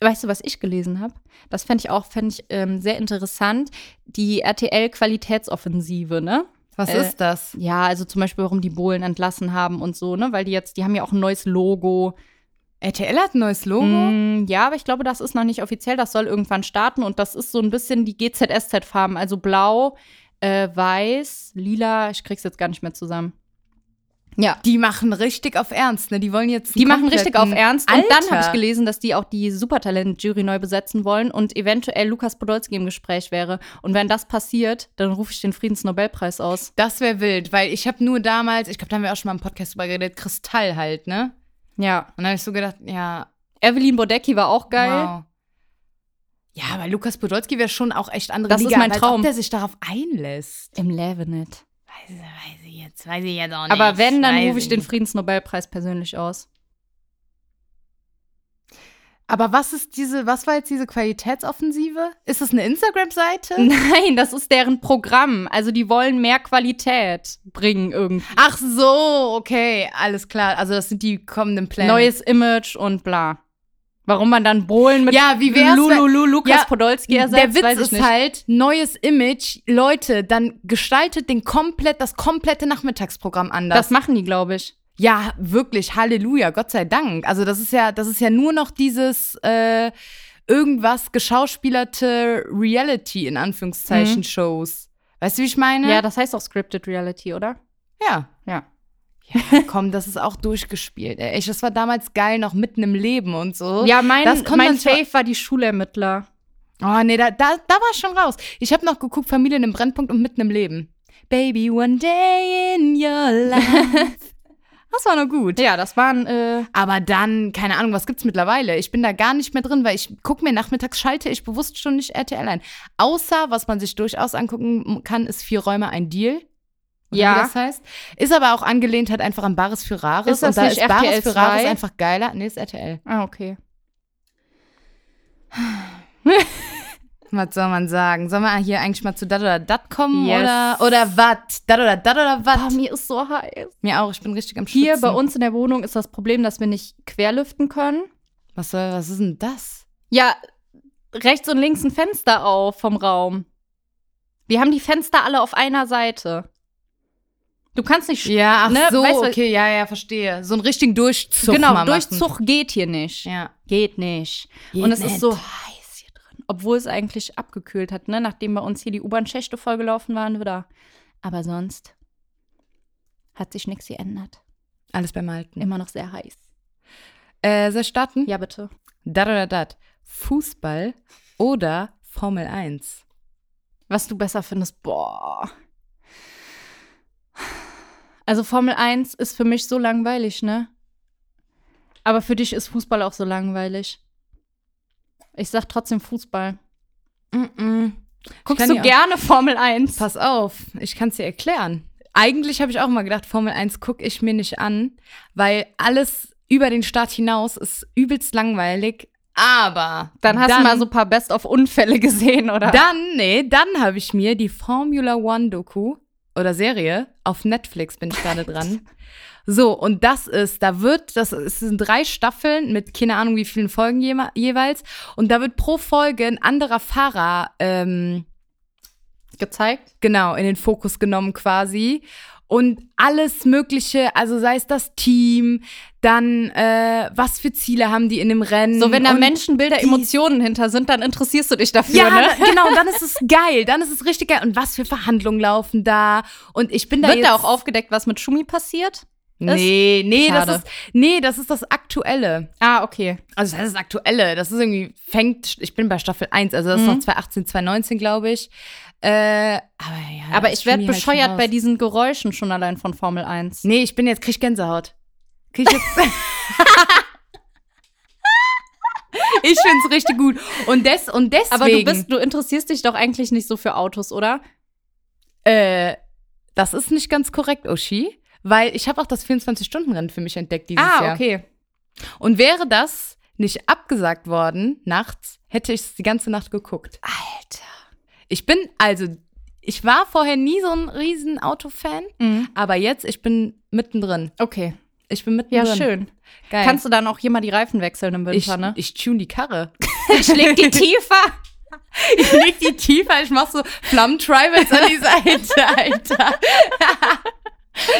Weißt du, was ich gelesen habe? Das fände ich auch fänd ich, ähm, sehr interessant. Die RTL-Qualitätsoffensive, ne? Was Äh, ist das? Ja, also zum Beispiel, warum die Bohlen entlassen haben und so, ne? Weil die jetzt, die haben ja auch ein neues Logo. RTL hat ein neues Logo. Mm, ja, aber ich glaube, das ist noch nicht offiziell. Das soll irgendwann starten und das ist so ein bisschen die GZSZ-Farben. Also blau, äh, weiß, lila. Ich krieg's jetzt gar nicht mehr zusammen. Ja. Die machen richtig auf Ernst, ne? Die wollen jetzt. Die einen machen richtig auf kompletten- Ernst. Und dann habe ich Hm. Alter. gelesen, dass die auch die Supertalent-Jury neu besetzen wollen und eventuell Lukas Podolski im Gespräch wäre. Und wenn das passiert, dann rufe ich den Friedensnobelpreis aus. Das wäre wild, weil ich habe nur damals, ich glaube, da haben wir auch schon mal im Podcast drüber geredet, Kristall halt, ne? Ja. Und dann habe ich so gedacht, ja, Evelyn Bodecki war auch geil. wow. Ja, aber Lukas Podolski wäre schon auch echt andere Das ist Liga, mein aber als Traum. Ob der sich darauf einlässt. Im Levenet. Weiß, weiß ich jetzt, weiß ich jetzt auch nicht. Aber wenn, dann Weiß rufe ich den nicht. Friedensnobelpreis persönlich aus. Aber was ist diese, was war jetzt diese Qualitätsoffensive? Ist das eine Instagram-Seite? Nein, das ist deren Programm. Also die wollen mehr Qualität bringen irgendwie. Ach so, okay, alles klar. Also das sind die kommenden Pläne. Neues Image und bla. Warum man dann Bohlen mit Ja, wie wär's, wenn- Lululu, Lukas Ja, Podolski ersetzt, Der Witz weiß ich ist nicht. halt, neues Image, Leute, dann gestaltet den komplett, das komplette Nachmittagsprogramm anders. das machen die, glaube ich. ja, wirklich, Halleluja, Gott sei Dank. Also das ist ja, das ist ja nur noch dieses äh, irgendwas geschauspielerte Reality in Anführungszeichen Shows. Weißt du, wie ich meine? Mhm. Ja, das heißt auch Scripted Reality, oder? ja. Ne? Ja. Ja, komm, das ist auch durchgespielt. Ey, Echt, das war damals geil, noch mitten im Leben und so. Ja, mein, Das kommt mein dann schon- Fave war die Schulermittler. Oh, nee, da, da, da war ich schon raus. Ich habe noch geguckt, Familien im Brennpunkt und mitten im Leben. Baby, one day in your life. das war noch gut. Ja, das waren, äh, Aber dann, keine Ahnung, was gibt's mittlerweile? Ich bin da gar nicht mehr drin, weil ich gucke mir nachmittags, schalte ich bewusst schon nicht RTL ein. Außer, was man sich durchaus angucken kann, ist Vier Räume ein Deal. Oder Ja. Wie das heißt. Ist aber auch angelehnt halt einfach an Bares für Rares. Ist das und da nicht ist Bares RTL für Rares 2? einfach geiler. Nee, ist RTL. ah, okay. Was soll man sagen? Sollen wir hier eigentlich mal zu dat oder dat kommen? Yes. Oder, oder wat? Dat oder dat oder wat? Ah, mir ist so heiß. Mir auch, ich bin richtig am Schwitzen. Hier bei uns in der Wohnung ist das Problem, dass wir nicht querlüften können. Was, soll, was ist denn das? Ja, rechts und links ein Fenster auf vom Raum. Wir haben die Fenster alle auf einer Seite. Du kannst nicht. sch- Ja, Ne, weißt du- ja, ja, verstehe. So einen richtigen Durchzug genau, mal machen. Durchzug geht hier nicht. Ja. Geht nicht. Geht und es nicht. ist so heiß hier drin. Obwohl es eigentlich abgekühlt hat, ne? Nachdem bei uns hier die U-Bahn-Schächte vollgelaufen waren, wieder. Aber sonst hat sich nichts geändert. Alles beim Alten. Immer noch sehr heiß. Äh, soll ich starten? Ja, bitte. Dat oder dat. Fußball oder Formel 1? Was du besser findest, boah. Also Formel 1 ist für mich so langweilig, ne? Aber für dich ist Fußball auch so langweilig. Ich sag trotzdem Fußball. Guckst kann du ja- gerne Formel 1? Pass auf, ich kann es dir erklären. Eigentlich habe ich auch mal gedacht, Formel 1 gucke ich mir nicht an, weil alles über den Start hinaus ist übelst langweilig. Aber Dann hast du mal so ein paar Best-of-Unfälle gesehen, oder? Dann, nee, dann habe ich mir die Formula One Doku oder Serie auf Netflix bin ich gerade dran. So, und das ist, da wird, das es sind drei Staffeln mit keine Ahnung wie vielen Folgen jema- jeweils. Und da wird pro Folge ein anderer Fahrer ähm, gezeigt. genau in den Fokus genommen quasi. Und alles Mögliche, also sei es das Team, dann äh, was für Ziele haben die in dem Rennen. So, wenn da und- Menschenbilder, die- Emotionen hinter sind, dann interessierst du dich dafür, Ja, ne? da- genau, dann ist es geil, dann ist es richtig geil. Und was für Verhandlungen laufen da? Und ich bin da Wird jetzt da auch aufgedeckt, was mit Schumi passiert? Nee, nee, Schade. das ist nee, das ist das aktuelle. Ah, okay. Also das ist das aktuelle, das ist irgendwie fängt ich bin bei Staffel 1, also das ist noch Mhm. 2018, 2019, glaube ich. Äh, aber ja. Aber das ich werde Schumi halt schon bescheuert raus. bei diesen Geräuschen schon allein von Formel 1. Nee, ich bin jetzt krieg ich Gänsehaut. Krieg ich jetzt Ich find's richtig gut und des und deswegen Aber du bist, du interessierst dich doch eigentlich nicht so für Autos, oder? Äh, das ist nicht ganz korrekt, Oshi. Weil ich habe auch das 24-Stunden-Rennen für mich entdeckt dieses ah, Jahr. okay. Und wäre das nicht abgesagt worden nachts, hätte ich es die ganze Nacht geguckt. Alter. Ich bin also, ich war vorher nie so ein riesen Autofan, Mhm. aber jetzt, ich bin mittendrin. Okay. Ich bin Ja, mittendrin. schön. Geil. Kannst du dann auch hier mal die Reifen wechseln im Winter, ich, ne? ich tune die Karre. Ich leg die tiefer. Ich leg die tiefer, ich mach so Flammen-Tribals an die Seite, Alter.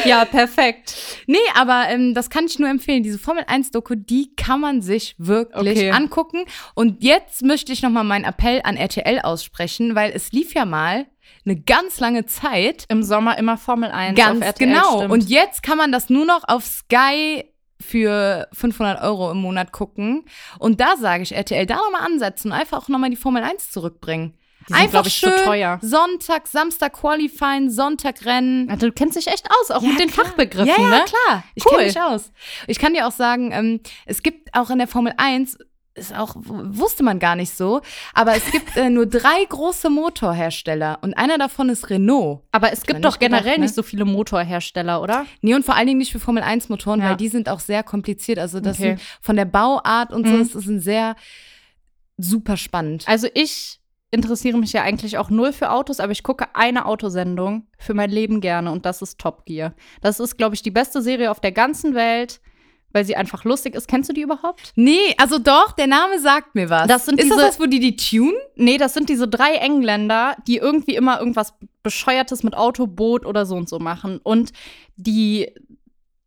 Ja, perfekt. Nee, aber ähm, das kann ich nur empfehlen. Diese Formel 1-Doku, die kann man sich wirklich Okay. angucken. Und jetzt möchte ich nochmal meinen Appell an RTL aussprechen, weil es lief ja mal eine ganz lange Zeit. Im Sommer immer Formel 1 Ganz auf RTL, genau. Stimmt. Und jetzt kann man das nur noch auf Sky für 500 Euro im Monat gucken. Und da sage ich RTL, da nochmal ansetzen und einfach auch nochmal die Formel 1 zurückbringen. Die sind, einfach glaub ich, zu schön teuer. Sonntag, Samstag Qualifying, Sonntag Rennen. Also, du kennst dich echt aus, auch mit den Fachbegriffen, Ja, ja, ne? klar. Ich Cool. kenne mich aus. Ich kann dir auch sagen, ähm, es gibt auch in der Formel 1, ist auch, w- wusste man gar nicht so, aber es gibt äh, nur drei große Motorhersteller und einer davon ist Renault. Aber es man gibt doch nicht gedacht, generell ne? nicht so viele Motorhersteller, oder? Nee, und vor allen Dingen nicht für Formel 1 Motoren, Ja. weil die sind auch sehr kompliziert. Also das Okay. sind von der Bauart und so, Mhm. das ist ein sehr super spannend. Also ich interessiere mich ja eigentlich auch null für Autos, aber ich gucke eine Autosendung für mein Leben gerne und das ist Top Gear. Das ist, glaube ich, die beste Serie auf der ganzen Welt, weil sie einfach lustig ist. Kennst du die überhaupt? Nee, also doch, der Name sagt mir was. Das sind ist diese- das das, wo die die tun? Nee, das sind diese drei Engländer, die irgendwie immer irgendwas Bescheuertes mit Auto, Boot oder so und so machen. Und die,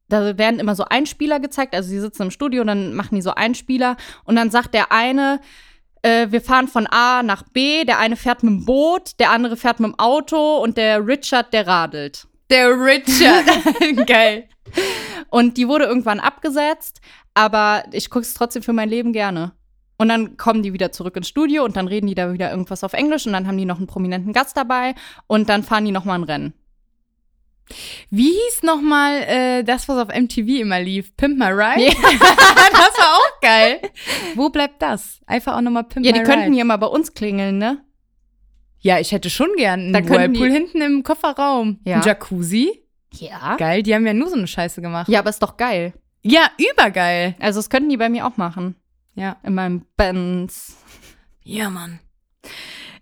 da werden immer so Einspieler gezeigt. Also sie sitzen im Studio und dann machen die so Einspieler. Und dann sagt der eine, äh, wir fahren von A nach B. Der eine fährt mit dem Boot, der andere fährt mit dem Auto und der Richard, der radelt. Der Richard. Geil. Und die wurde irgendwann abgesetzt, aber ich gucke es trotzdem für mein Leben gerne. Und dann kommen die wieder zurück ins Studio und dann reden die da wieder irgendwas auf Englisch und dann haben die noch einen prominenten Gast dabei und dann fahren die nochmal ein Rennen. Wie hieß nochmal äh, das, was auf MTV immer lief? Pimp My Ride? Ja. das war auch geil. Wo bleibt das? Einfach auch nochmal Pimp Ja, My die Ride. könnten hier mal bei uns klingeln, ne? ja, ich hätte schon gern einen Da könnten die- Whirlpool hinten im Kofferraum. Ja. Ein Jacuzzi. Ja. Geil, die haben ja nur so eine Scheiße gemacht. Ja, aber ist doch geil. Ja, übergeil. Also, das könnten die bei mir auch machen. Ja. In meinem Benz. Ja, Mann.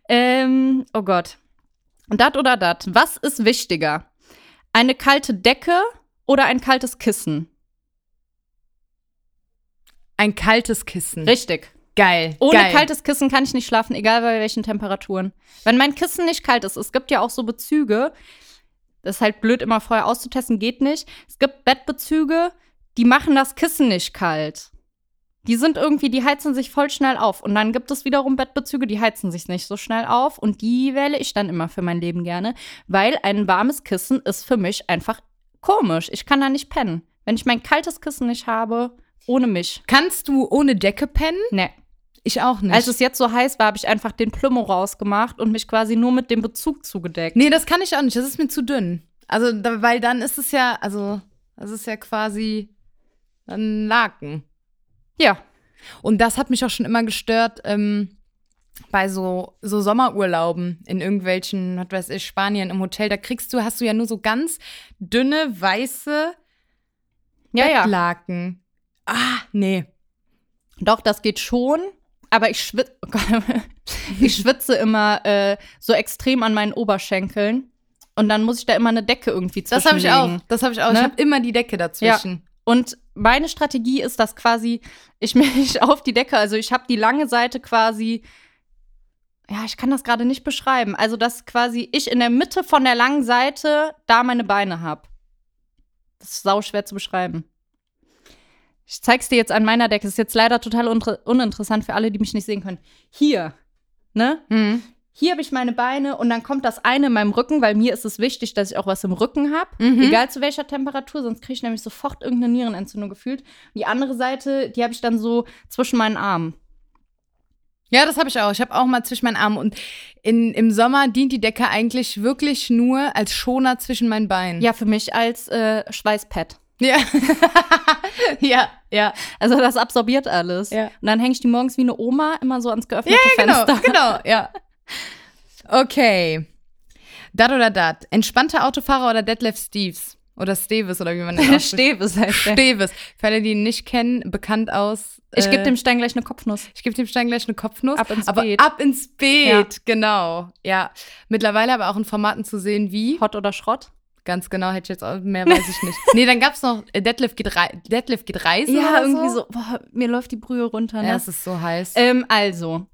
Ähm, oh Gott. Dat oder dat? Was ist wichtiger? Eine kalte Decke oder ein kaltes Kissen? Ein kaltes Kissen. Richtig. Geil. Ohne geil. kaltes Kissen kann ich nicht schlafen, egal bei welchen Temperaturen. Wenn mein Kissen nicht kalt ist, es gibt ja auch so Bezüge, das ist halt blöd, immer vorher auszutesten, geht nicht. Es gibt Bettbezüge, die machen das Kissen nicht kalt. Die sind irgendwie, die heizen sich voll schnell auf. Und dann gibt es wiederum Bettbezüge, die heizen sich nicht so schnell auf. Und die wähle ich dann immer für mein Leben gerne, weil ein warmes Kissen ist für mich einfach komisch. Ich kann da nicht pennen. Wenn ich mein kaltes Kissen nicht habe, ohne mich. Kannst du ohne Decke pennen? Nee. Ich auch nicht. Als es jetzt so heiß war, habe ich einfach den Plümo rausgemacht und mich quasi nur mit dem Bezug zugedeckt. nee, das kann ich auch nicht. Das ist mir zu dünn. Also, da, weil dann ist es ja, also, das ist ja quasi ein Laken. Ja. Und das hat mich auch schon immer gestört ähm, bei so, so Sommerurlauben in irgendwelchen, was weiß ich, Spanien im Hotel. Da kriegst du, hast du ja nur so ganz dünne, weiße Ja, ja. Bettlaken. Ah, nee. Doch, das geht schon. Aber ich, schwit oh Gott. ich schwitze immer äh, so extrem an meinen Oberschenkeln. Und dann muss ich da immer eine Decke irgendwie Das habe ich auch. zwischenlegen. Das habe ich auch. Ne? Ich habe immer die Decke dazwischen. Und meine Strategie ist, dass quasi ich mich auf die Decke, also ich habe die lange Seite quasi ja, ich kann das gerade nicht beschreiben. Also, dass quasi ich in der Mitte von der langen Seite da meine Beine habe. Das ist sauschwer zu beschreiben. Ich zeig's dir jetzt an meiner Decke. Das ist jetzt leider total unter- uninteressant für alle, die mich nicht sehen können. Hier, ne? Mhm. Hier habe ich meine Beine und dann kommt das eine in meinem Rücken, weil mir ist es wichtig, dass ich auch was im Rücken habe. Mhm. Egal zu welcher Temperatur, sonst kriege ich nämlich sofort irgendeine Nierenentzündung gefühlt. Und die andere Seite, die habe ich dann so zwischen meinen Armen. Ja, das habe ich auch. Ich habe auch mal zwischen meinen Armen. Und in, im Sommer dient die Decke eigentlich wirklich nur als Schoner zwischen meinen Beinen. Ja, für mich als äh, Schweißpad. Ja. ja, ja. Also das absorbiert alles. Ja. Und dann hänge ich die morgens wie eine Oma immer so ans geöffnete Ja, genau, Fenster. genau, ja. Okay. Dat oder dat. Entspannter Autofahrer oder Detlef Steves? Oder Steves oder wie man den ausspricht. Steves heißt der. Steves. Für alle, die ihn nicht kennen, bekannt aus. Ich gebe äh, dem Stein gleich eine Kopfnuss. Ich gebe dem Stein gleich eine Kopfnuss. Ab ins aber Beet. Ab ins Beet, Ja. genau. Ja. Mittlerweile aber auch in Formaten zu sehen wie. Hot oder Schrott? Ganz genau, hätte ich jetzt auch, mehr weiß ich nicht. nee, dann gab es noch äh, Detlef geht, rei Detlef geht reisen. oder Boah, mir läuft die Brühe runter. Ne? Ja, es ist so heiß. Ähm, also.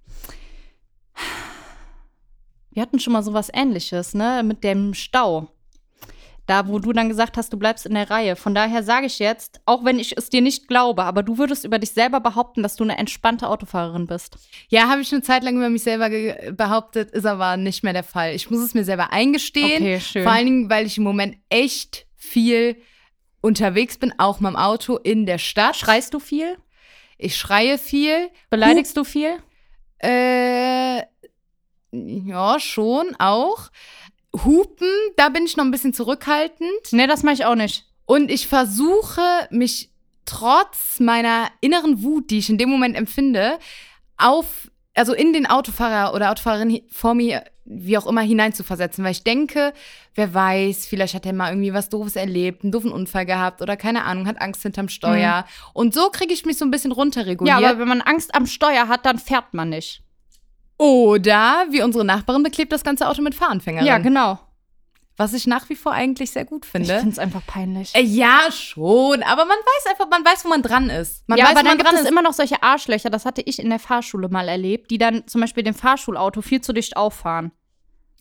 Wir hatten schon mal sowas ähnliches, ne? Mit dem Stau. Da, wo du dann gesagt hast, du bleibst in der Reihe. Von daher sage ich jetzt, auch wenn ich es dir nicht glaube, aber du würdest über dich selber behaupten, dass du eine entspannte Autofahrerin bist. ja, habe ich eine Zeit lang über mich selber ge- behauptet, ist aber nicht mehr der Fall. Ich muss es mir selber eingestehen. Okay, schön. Vor allen Dingen, weil ich im Moment echt viel unterwegs bin, auch mit dem Auto in der Stadt. Schreist du viel? Ich schreie viel. Beleidigst du viel? Äh, ja, schon auch. Hupen, da bin ich noch ein bisschen zurückhaltend. Nee, Ne, das mache ich auch nicht. Und ich versuche, mich trotz meiner inneren Wut, die ich in dem Moment empfinde, auf, also in den Autofahrer oder Autofahrerin hi- vor mir, wie auch immer, hineinzuversetzen. Weil ich denke, wer weiß, vielleicht hat er mal irgendwie was Doofes erlebt, einen doofen Unfall gehabt oder keine Ahnung, hat Angst hinterm Steuer. Und so kriege ich mich so ein bisschen runterreguliert. Mhm. Ja, aber wenn man Angst am Steuer hat, dann fährt man nicht. oder wie unsere Nachbarin beklebt das ganze Auto mit Fahranfängerin. Ja, genau. was ich nach wie vor eigentlich sehr gut Ich finde. finde es einfach peinlich. Äh, Ja, schon, aber man weiß einfach, man weiß, wo man dran ist. Man ja, weiß, aber wo man dann gibt dran es ist. immer noch solche Arschlöcher, das hatte ich in der Fahrschule mal erlebt, die dann zum Beispiel dem Fahrschulauto viel zu dicht auffahren.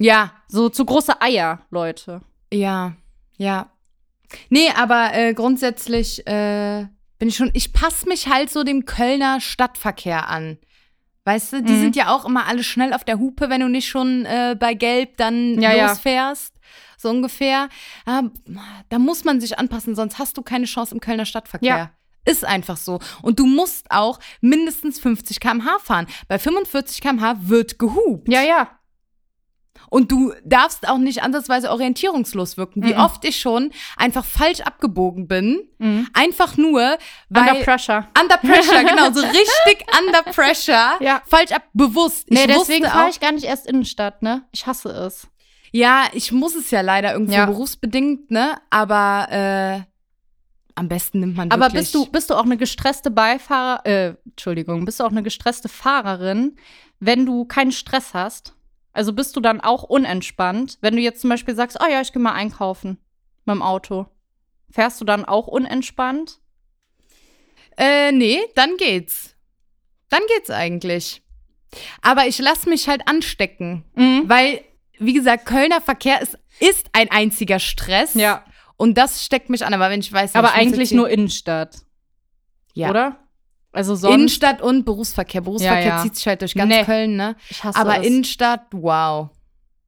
Ja, So zu große Eier, Leute. ja, ja. Nee, aber äh, grundsätzlich äh, bin ich schon, ich passe mich halt so dem Kölner Stadtverkehr an. Weißt du, die Mhm. sind ja auch immer alle schnell auf der Hupe, wenn du nicht schon äh, bei Gelb dann Ja, ja. losfährst. So ungefähr. Ah, da muss man sich anpassen, sonst hast du keine Chance im Kölner Stadtverkehr. Ja. Ist einfach so. Und du musst auch mindestens 50 km/h fahren. Bei 45 km/h wird gehupt. Ja, ja. Und du darfst auch nicht ansatzweise orientierungslos wirken. Wie Mhm. oft ich schon einfach falsch abgebogen bin. Mhm. Einfach nur, weil. Under pressure. Under pressure, genau, so richtig under pressure. Ja. Falsch ab, bewusst. Nee, ich deswegen wusste auch, fahre ich gar nicht erst Innenstadt, ne? Ich hasse es. Ja, ich muss es ja leider irgendwo Ja. berufsbedingt, ne? Aber äh, am besten nimmt man Aber wirklich. bist du, bist du auch eine gestresste Beifahrer, äh, Entschuldigung, bist du auch eine gestresste Fahrerin, wenn du keinen Stress hast? Also bist du dann auch unentspannt, wenn du jetzt zum Beispiel sagst, oh ja, ich gehe mal einkaufen mit dem Auto. Fährst du dann auch unentspannt? Äh, nee, dann geht's. Dann geht's eigentlich. Aber ich lasse mich halt anstecken. Mhm. Weil, wie gesagt, Kölner Verkehr ist, ist ein einziger Stress. Ja. Und das steckt mich an, aber wenn ich weiß, Aber ich muss jetzt eigentlich hier- nur Innenstadt, ja. oder? Also sonst. Innenstadt und Berufsverkehr. Berufsverkehr Ja, ja. zieht sich halt durch ganz Nee. Köln, ne? ich hasse Aber es. Innenstadt, wow.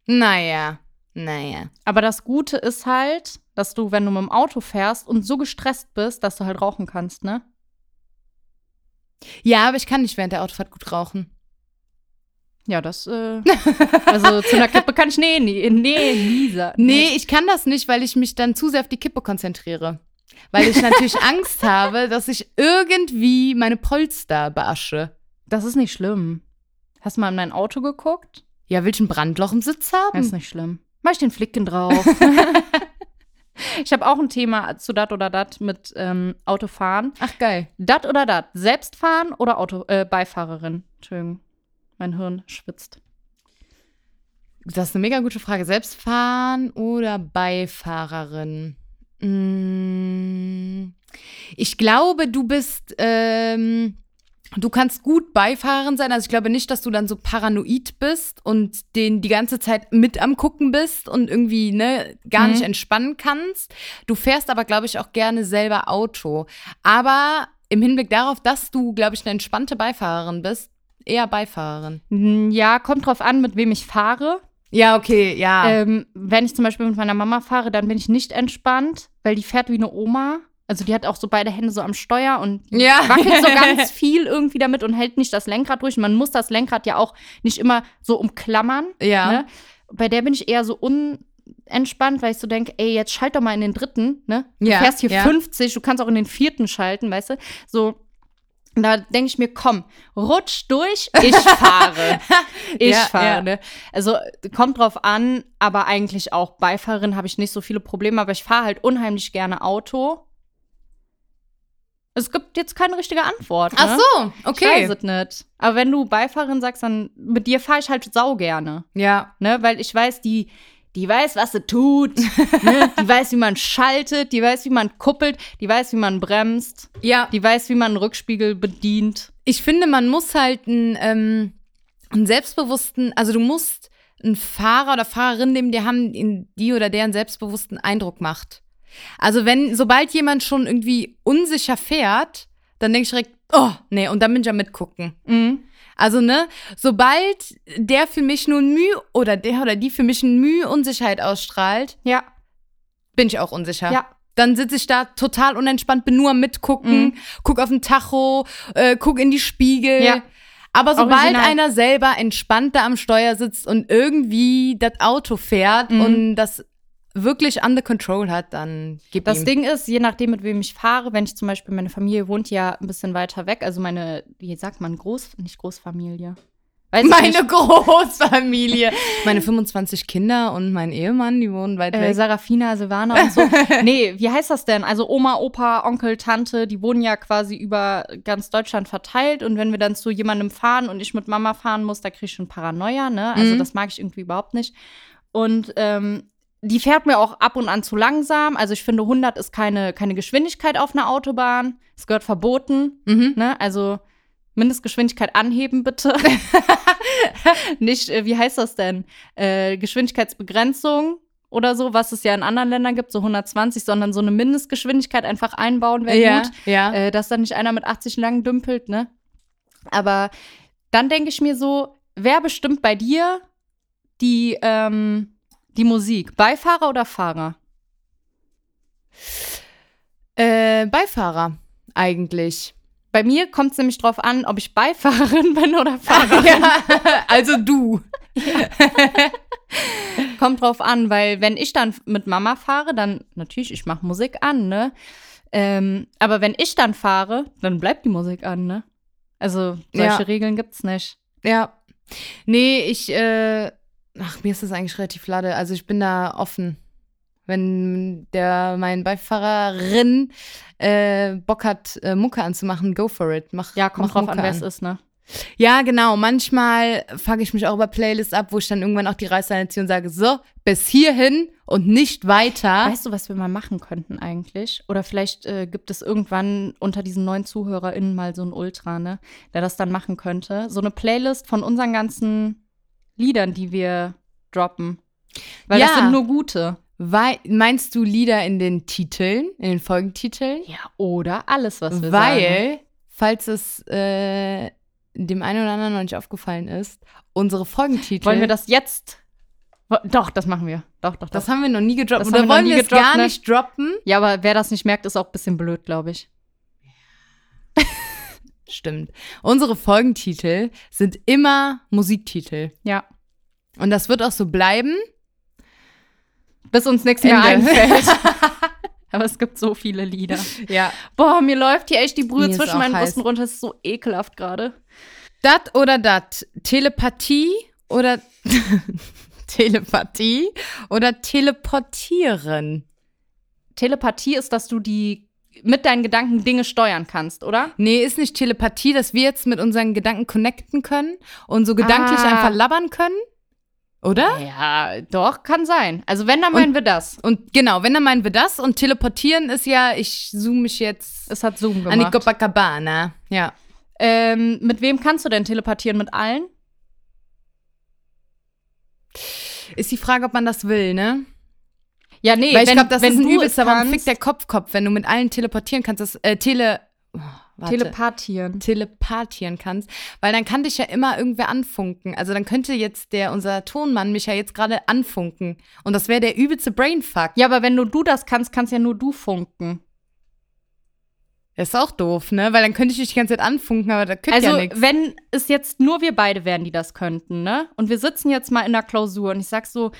Naja, naja. Aber das Gute ist halt, dass du, wenn du mit dem Auto fährst und so gestresst bist, dass du halt rauchen kannst, ne? Ja, aber ich kann nicht während der Autofahrt gut rauchen. Ja, das, äh, also zu einer Kippe kann ich, nee, nee, nee, Lisa. Nee, ich kann das nicht, weil ich mich dann zu sehr auf die Kippe konzentriere. Weil ich natürlich Angst habe, dass ich irgendwie meine Polster beasche. Das ist nicht schlimm. Hast du mal in mein Auto geguckt? Ja, will ich ein Brandloch im Sitz haben? Das ist nicht schlimm. Mach ich den Flicken drauf. ich habe auch ein Thema zu dat oder dat mit ähm, Autofahren. Ach, geil. Dat oder dat? Selbstfahren oder Auto, äh, Beifahrerin? Entschuldigung. Mein Hirn schwitzt. Das ist eine mega gute Frage. Selbstfahren oder Beifahrerin? Mm, Ich glaube, du bist ähm, du kannst gut beifahren sein. Also ich glaube nicht, dass du dann so paranoid bist und den die ganze Zeit mit am Gucken bist und irgendwie ne, gar Mhm. nicht entspannen kannst. Du fährst aber, glaube ich, auch gerne selber Auto. Aber im Hinblick darauf, dass du, glaube ich, eine entspannte Beifahrerin bist, eher Beifahrerin. Hm, Ja, kommt drauf an, mit wem ich fahre. Ja, okay, ja. Ähm, wenn ich zum Beispiel mit meiner Mama fahre, dann bin ich nicht entspannt, weil die fährt wie eine Oma. Also die hat auch so beide Hände so am Steuer und ja. wackelt so ganz viel irgendwie damit und hält nicht das Lenkrad durch. Und man muss das Lenkrad ja auch nicht immer so umklammern. Ja. Ne? Bei der bin ich eher so unentspannt, weil ich so denke, ey, jetzt schalt doch mal in den dritten, ne? Du Ja, fährst hier ja. 50, du kannst auch in den vierten schalten, weißt du? So, und da denke ich mir, komm, rutsch durch, ich fahre. ich Ja, fahre, ja. ne? Also kommt drauf an, aber eigentlich auch Beifahrerin habe ich nicht so viele Probleme, aber ich fahre halt unheimlich gerne Auto. Es gibt jetzt keine richtige Antwort. Ne? Ach so, okay. Ich weiß es nicht. Aber wenn du Beifahrerin sagst, dann mit dir fahre ich halt sau gerne. Ja. Ne? Weil ich weiß, die, die weiß, was sie tut. ne? Die weiß, wie man schaltet, die weiß, wie man kuppelt, die weiß, wie man bremst, Ja, die weiß, wie man einen Rückspiegel bedient. ich finde, man muss halt einen, ähm, einen selbstbewussten, also du musst einen Fahrer oder Fahrerin neben dir haben, in die oder der einen selbstbewussten Eindruck macht. Also wenn, sobald jemand schon irgendwie unsicher fährt, dann denke ich direkt, oh, nee, und dann bin ich ja mitgucken. Mhm. Also, ne, sobald der für mich nur ein Mühe oder der oder die für mich ein Mühe Unsicherheit ausstrahlt, Ja, bin ich auch unsicher. Ja. Dann sitze ich da total unentspannt, bin nur am Mitgucken, guck auf den Tacho, äh, guck in die Spiegel. Ja. Aber sobald Original. einer selber entspannt da am Steuer sitzt und irgendwie das Auto fährt Mhm. und das wirklich under control hat, dann gibt das ihm. Ding ist, je nachdem, mit wem ich fahre, wenn ich zum Beispiel, meine Familie wohnt ja ein bisschen weiter weg, also meine, wie sagt man, Groß, nicht Großfamilie. Weiß ich meine nicht. Großfamilie. Meine 25 Kinder und mein Ehemann, die wohnen weit Äh, weg. Sarafina, Silvana und so. nee, wie heißt das denn? Also Oma, Opa, Onkel, Tante, die wohnen ja quasi über ganz Deutschland verteilt. Und wenn wir dann zu jemandem fahren und ich mit Mama fahren muss, da kriege ich schon Paranoia, ne? Also Mhm. das mag ich irgendwie überhaupt nicht. Und ähm, die fährt mir auch ab und an zu langsam. Also ich finde, 100 ist keine, keine Geschwindigkeit auf einer Autobahn. Es gehört verboten. Mhm. Ne? Also Mindestgeschwindigkeit anheben, bitte. Nicht, äh, wie heißt das denn? Äh, Geschwindigkeitsbegrenzung oder so, was es ja in anderen Ländern gibt, so 120, sondern so eine Mindestgeschwindigkeit einfach einbauen wäre Ja, gut. ja. Äh, dass dann nicht einer mit 80 lang dümpelt, ne? Aber dann denke ich mir so, wer bestimmt bei dir die, ähm, die Musik? Beifahrer oder Fahrer? Äh, Beifahrer eigentlich. Bei mir kommt es nämlich drauf an, ob ich Beifahrerin bin oder Ah, Fahrer. Ja, also du. Kommt drauf an, weil wenn ich dann mit Mama fahre, dann natürlich, ich mache Musik an, ne? Ähm, aber wenn ich dann fahre, dann bleibt die Musik an, ne? Also solche Ja. Regeln gibt's nicht. Ja. Nee, ich, äh, ach, mir ist das eigentlich relativ lade. Also ich bin da offen. Wenn der mein Beifahrerin äh, Bock hat, äh, Mucke anzumachen, go for it. Mach, Ja, kommt mach drauf Mucke an, wer es ist, ne? Ja, genau. Manchmal fange ich mich auch über Playlists ab, wo ich dann irgendwann auch die Reißleine ziehe und sage, so, bis hierhin und nicht weiter. Weißt du, was wir mal machen könnten eigentlich? Oder vielleicht äh, gibt es irgendwann unter diesen neuen ZuhörerInnen mal so einen Ultra, ne? Der das dann machen könnte. So eine Playlist von unseren ganzen Liedern, die wir droppen. Weil das Ja. sind nur gute. Wei meinst du Lieder in den Titeln, in den Folgentiteln? Ja, oder alles, was wir sagen. Weil, falls es äh, dem einen oder anderen noch nicht aufgefallen ist, unsere Folgentitel. Wollen wir das jetzt? Wo- Doch, das machen wir. Doch, doch, doch. Das haben wir noch nie gedroppt. Das Oder haben wir noch wollen nie wir es gedroppt, gar ne? nicht droppen? ja, aber wer das nicht merkt, ist auch ein bisschen blöd, glaube ich. Stimmt. Unsere Folgentitel sind immer Musiktitel. Ja. Und das wird auch so bleiben. Bis uns nichts mehr Ende. einfällt. aber es gibt so viele Lieder. Ja. Boah, mir läuft hier echt die Brühe Mir ist zwischen auch meinen heiß. Brüsten runter. Das ist so ekelhaft gerade. Dat oder dat. Telepathie oder Telepathie oder teleportieren. Telepathie ist, dass du die mit deinen Gedanken Dinge steuern kannst, oder? Nee, ist nicht Telepathie, dass wir jetzt mit unseren Gedanken connecten können und so gedanklich Ah. einfach labern können. Oder? Ja, doch, kann sein. Also wenn, dann meinen wir das. Und genau, wenn dann meinen wir das und teleportieren ist ja, ich zoome mich jetzt Es hat Zoom an die gemacht. Copacabana. Ja. Ähm, mit wem kannst du denn teleportieren? Mit allen? Ist die Frage, ob man das will, ne? Ja, nee, Weil ich wenn, glaube, das wenn ist ein du es übelster, warum fickt kannst, der Kopf-Kopf, wenn du mit allen teleportieren kannst, das, äh, Tele... Oh, warte. Teleportieren. telepathieren kannst, weil dann kann dich ja immer irgendwer anfunken. Also dann könnte jetzt der, unser Tonmann mich ja jetzt gerade anfunken. Und das wäre der übelste Brainfuck. Ja, aber wenn nur du das kannst, kannst ja nur du funken. Ist auch doof, ne? Weil dann könnte ich dich die ganze Zeit anfunken, aber da könnte Also, ja nichts. wenn es jetzt nur wir beide wären, die das könnten, ne? Und wir sitzen jetzt mal in der Klausur und ich sag so,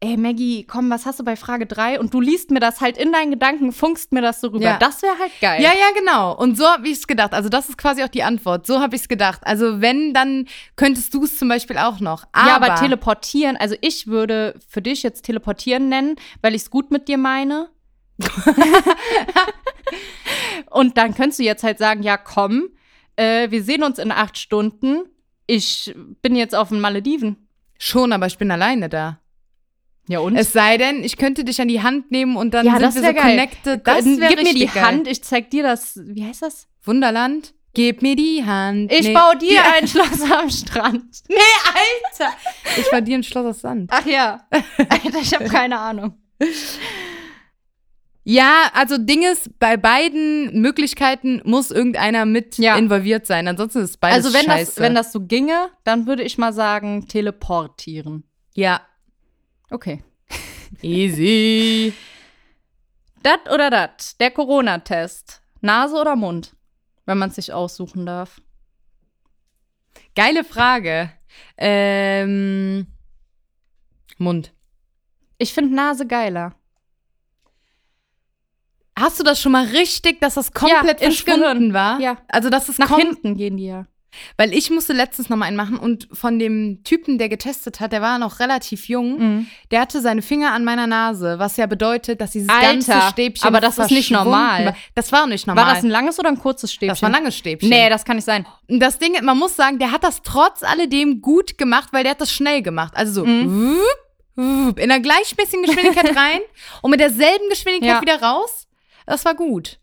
ey Maggie, komm, was hast du bei Frage 3? Und du liest mir das halt in deinen Gedanken, funkst mir das so rüber. Ja. Das wäre halt geil. Ja, ja, genau. Und so habe ich es gedacht. Also das ist quasi auch die Antwort. So habe ich es gedacht. Also wenn, dann könntest du es zum Beispiel auch noch. Aber, Ja, aber teleportieren, also ich würde für dich jetzt teleportieren nennen, weil ich es gut mit dir meine. Und dann könntest du jetzt halt sagen, ja, komm, äh, wir sehen uns in acht Stunden. Ich bin jetzt auf den Malediven. schon, aber ich bin alleine da. Ja, und? Es sei denn, ich könnte dich an die Hand nehmen und dann Ja, sind das wir wär so geil. connected. Das Gib wäre mir die richtig geil. Hand, ich zeig dir das, wie heißt das? Wunderland, gib mir die Hand. Ich Nee. baue dir ein Schloss am Strand. Nee, Alter. Ich war dir ein Schloss aus Sand. Ach ja. Alter, ich habe keine Ahnung. Ja, also Ding ist, bei beiden Möglichkeiten muss irgendeiner mit Ja. involviert sein. Ansonsten ist beides also wenn scheiße. das, wenn das so ginge, dann würde ich mal sagen, teleportieren. ja. Okay. Easy. Dat oder dat? Der Corona-Test. Nase oder Mund? Wenn man es sich aussuchen darf. Geile Frage. Ähm, Mund. Ich finde Nase geiler. Hast du das schon mal richtig, dass das komplett ins verschwunden war? Ja. Also dass es Nach kom- hinten gehen die ja. Weil ich musste letztens noch mal einen machen und von dem Typen, der getestet hat, der war noch relativ jung, Mhm. der hatte seine Finger an meiner Nase, was ja bedeutet, dass dieses ganze Alter, Stäbchen aber das ist nicht verschwunden normal. war. Das war auch nicht normal. War das ein langes oder ein kurzes Stäbchen? Das war ein langes Stäbchen. Nee, das kann nicht sein. Und das Ding, man muss sagen, der hat das trotz alledem gut gemacht, weil der hat das schnell gemacht. Also so Mhm. wup, wup, in der gleichmäßigen Geschwindigkeit rein und mit derselben Geschwindigkeit Ja. wieder raus. Das war gut.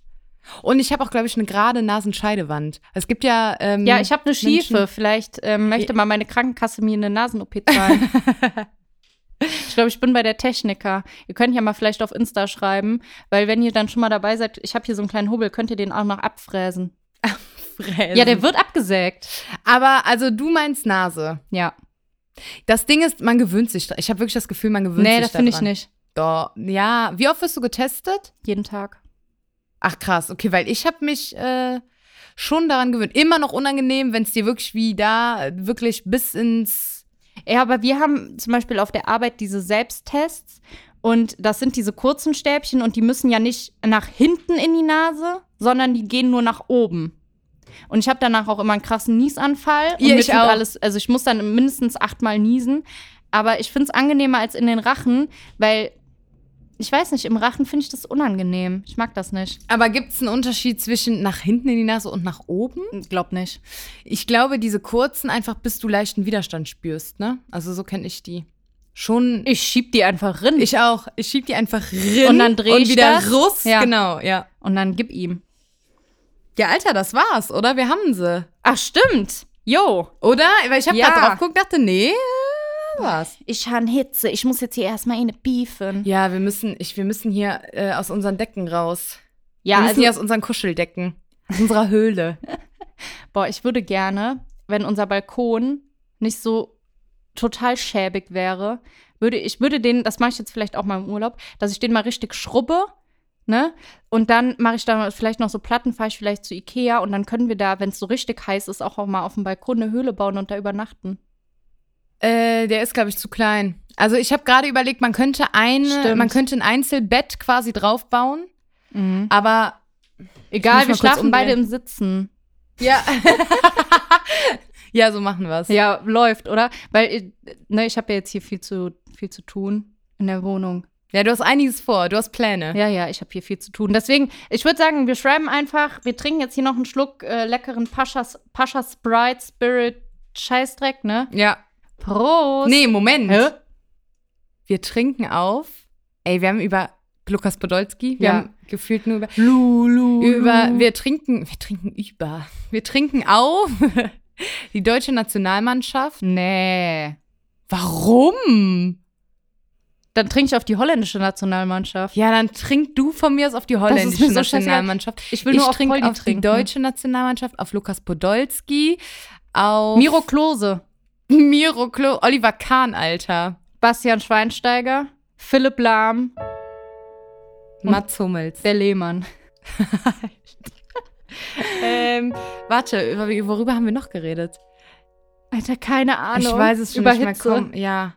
Und ich habe auch, glaube ich, eine gerade Nasenscheidewand. Es gibt ja. Ähm, Ja, ich habe eine Schiefe. Menschen- Vielleicht ähm, möchte mal meine Krankenkasse mir eine Nasen-OP zahlen. ich glaube, ich bin bei der Techniker. Ihr könnt ja mal vielleicht auf Insta schreiben, weil wenn ihr dann schon mal dabei seid, ich habe hier so einen kleinen Hobel, könnt ihr den auch noch abfräsen. Fräsen. Ja, der wird abgesägt. Aber also du meinst Nase. Ja. Das Ding ist, man gewöhnt sich. dra- Ich habe wirklich das Gefühl, man gewöhnt nee, sich. das finde ich daran. nicht. Doch. Ja. Wie oft wirst du getestet? Jeden Tag. Ach krass, okay, weil ich habe mich äh, schon daran gewöhnt. Immer noch unangenehm, wenn es dir wirklich wie da, äh, wirklich bis ins. Ja, aber wir haben zum Beispiel auf der Arbeit diese Selbsttests und das sind diese kurzen Stäbchen und die müssen ja nicht nach hinten in die Nase, sondern die gehen nur nach oben. Und ich habe danach auch immer einen krassen Niesanfall. Und Ja, mir ich tut auch. Alles, also ich muss dann mindestens achtmal niesen. Aber ich finde es angenehmer als in den Rachen, weil ich weiß nicht, im Rachen finde ich das unangenehm. Ich mag das nicht. Aber gibt es einen Unterschied zwischen nach hinten in die Nase und nach oben? Glaub nicht. Ich glaube, diese kurzen einfach, bis du leichten Widerstand spürst, ne? Also so kenne ich die. Schon. Ich schieb die einfach rin. Ich auch. Ich schieb die einfach rin Und dann dreh und ich wieder das. Russ. Ja. Genau, ja. und dann gib ihm. Ja, Alter, das war's, oder? Wir haben sie. Ach, stimmt. Jo. Oder? Weil ich habe Ja. grad drauf geguckt, dachte, nee, war's. Ich habe Hitze. Ich muss jetzt hier erstmal eine beefen. Ja, wir müssen, ich, wir müssen hier äh, aus unseren Decken raus. Ja, wir müssen also, hier aus unseren Kuscheldecken, aus unserer Höhle. boah, ich würde gerne, wenn unser Balkon nicht so total schäbig wäre, würde ich würde den, das mache ich jetzt vielleicht auch mal im Urlaub, dass ich den mal richtig schrubbe, ne? Und dann mache ich da vielleicht noch so Platten, fahre ich vielleicht zu Ikea und dann können wir da, wenn es so richtig heiß ist, auch, auch mal auf dem Balkon eine Höhle bauen und da übernachten. äh, der ist, glaube ich, zu klein. Also ich habe gerade überlegt, man könnte eine, Stimmt. man könnte ein Einzelbett quasi draufbauen, aber Egal, Ich Mhm. muss mal wir kurz schlafen beide umdrehen. im Sitzen. ja, ja, so machen wir's. Ja, läuft, oder? Weil äh, ne, ich habe ja jetzt hier viel zu viel zu tun in der Wohnung. Ja, du hast einiges vor, du hast Pläne. Ja, ja, ich habe hier viel zu tun. Deswegen, ich würde sagen, wir schreiben einfach, wir trinken jetzt hier noch einen Schluck äh, leckeren Paschas, Paschas Sprite Spirit Scheißdreck, ne? Ja. Prost! Nee, Moment. Hä? Wir trinken auf. Ey, wir haben über Lukas Podolski. Wir Ja. haben gefühlt nur über, Lulu. über Mhm. wir trinken, wir trinken über. Wir trinken auf die deutsche Nationalmannschaft. Nee. Warum? Dann trinke ich auf die holländische Nationalmannschaft. Ja, dann trink du von mir aus auf die holländische mir so scheißegal. Nationalmannschaft. Ich will nur auf trink Poldi auf die trinken. deutsche Nationalmannschaft, auf Lukas Podolski, auf Miro Klose, Miro Klo, Oliver Kahn, Alter. Bastian Schweinsteiger, Philipp Lahm, Und- Mats Hummels. der Lehmann. Ähm, warte, über, worüber haben wir noch geredet? Alter, keine Ahnung. Ich weiß es schon Über nicht Hitze. mehr. Komm, ja.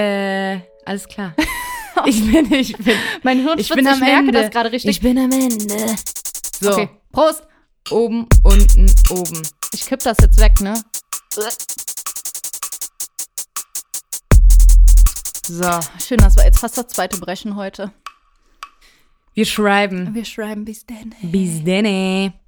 Äh, alles klar. ich bin, ich bin, Mein Hirn Ich schwitzt, bin am ich merke Ende. das gerade richtig. ich bin am Ende. So, Okay, Prost. oben, unten, oben. Ich kipp das jetzt weg, ne? So, Schön, das war jetzt fast das zweite Brechen heute. wir schreiben. Wir schreiben bis denn. Bis denne.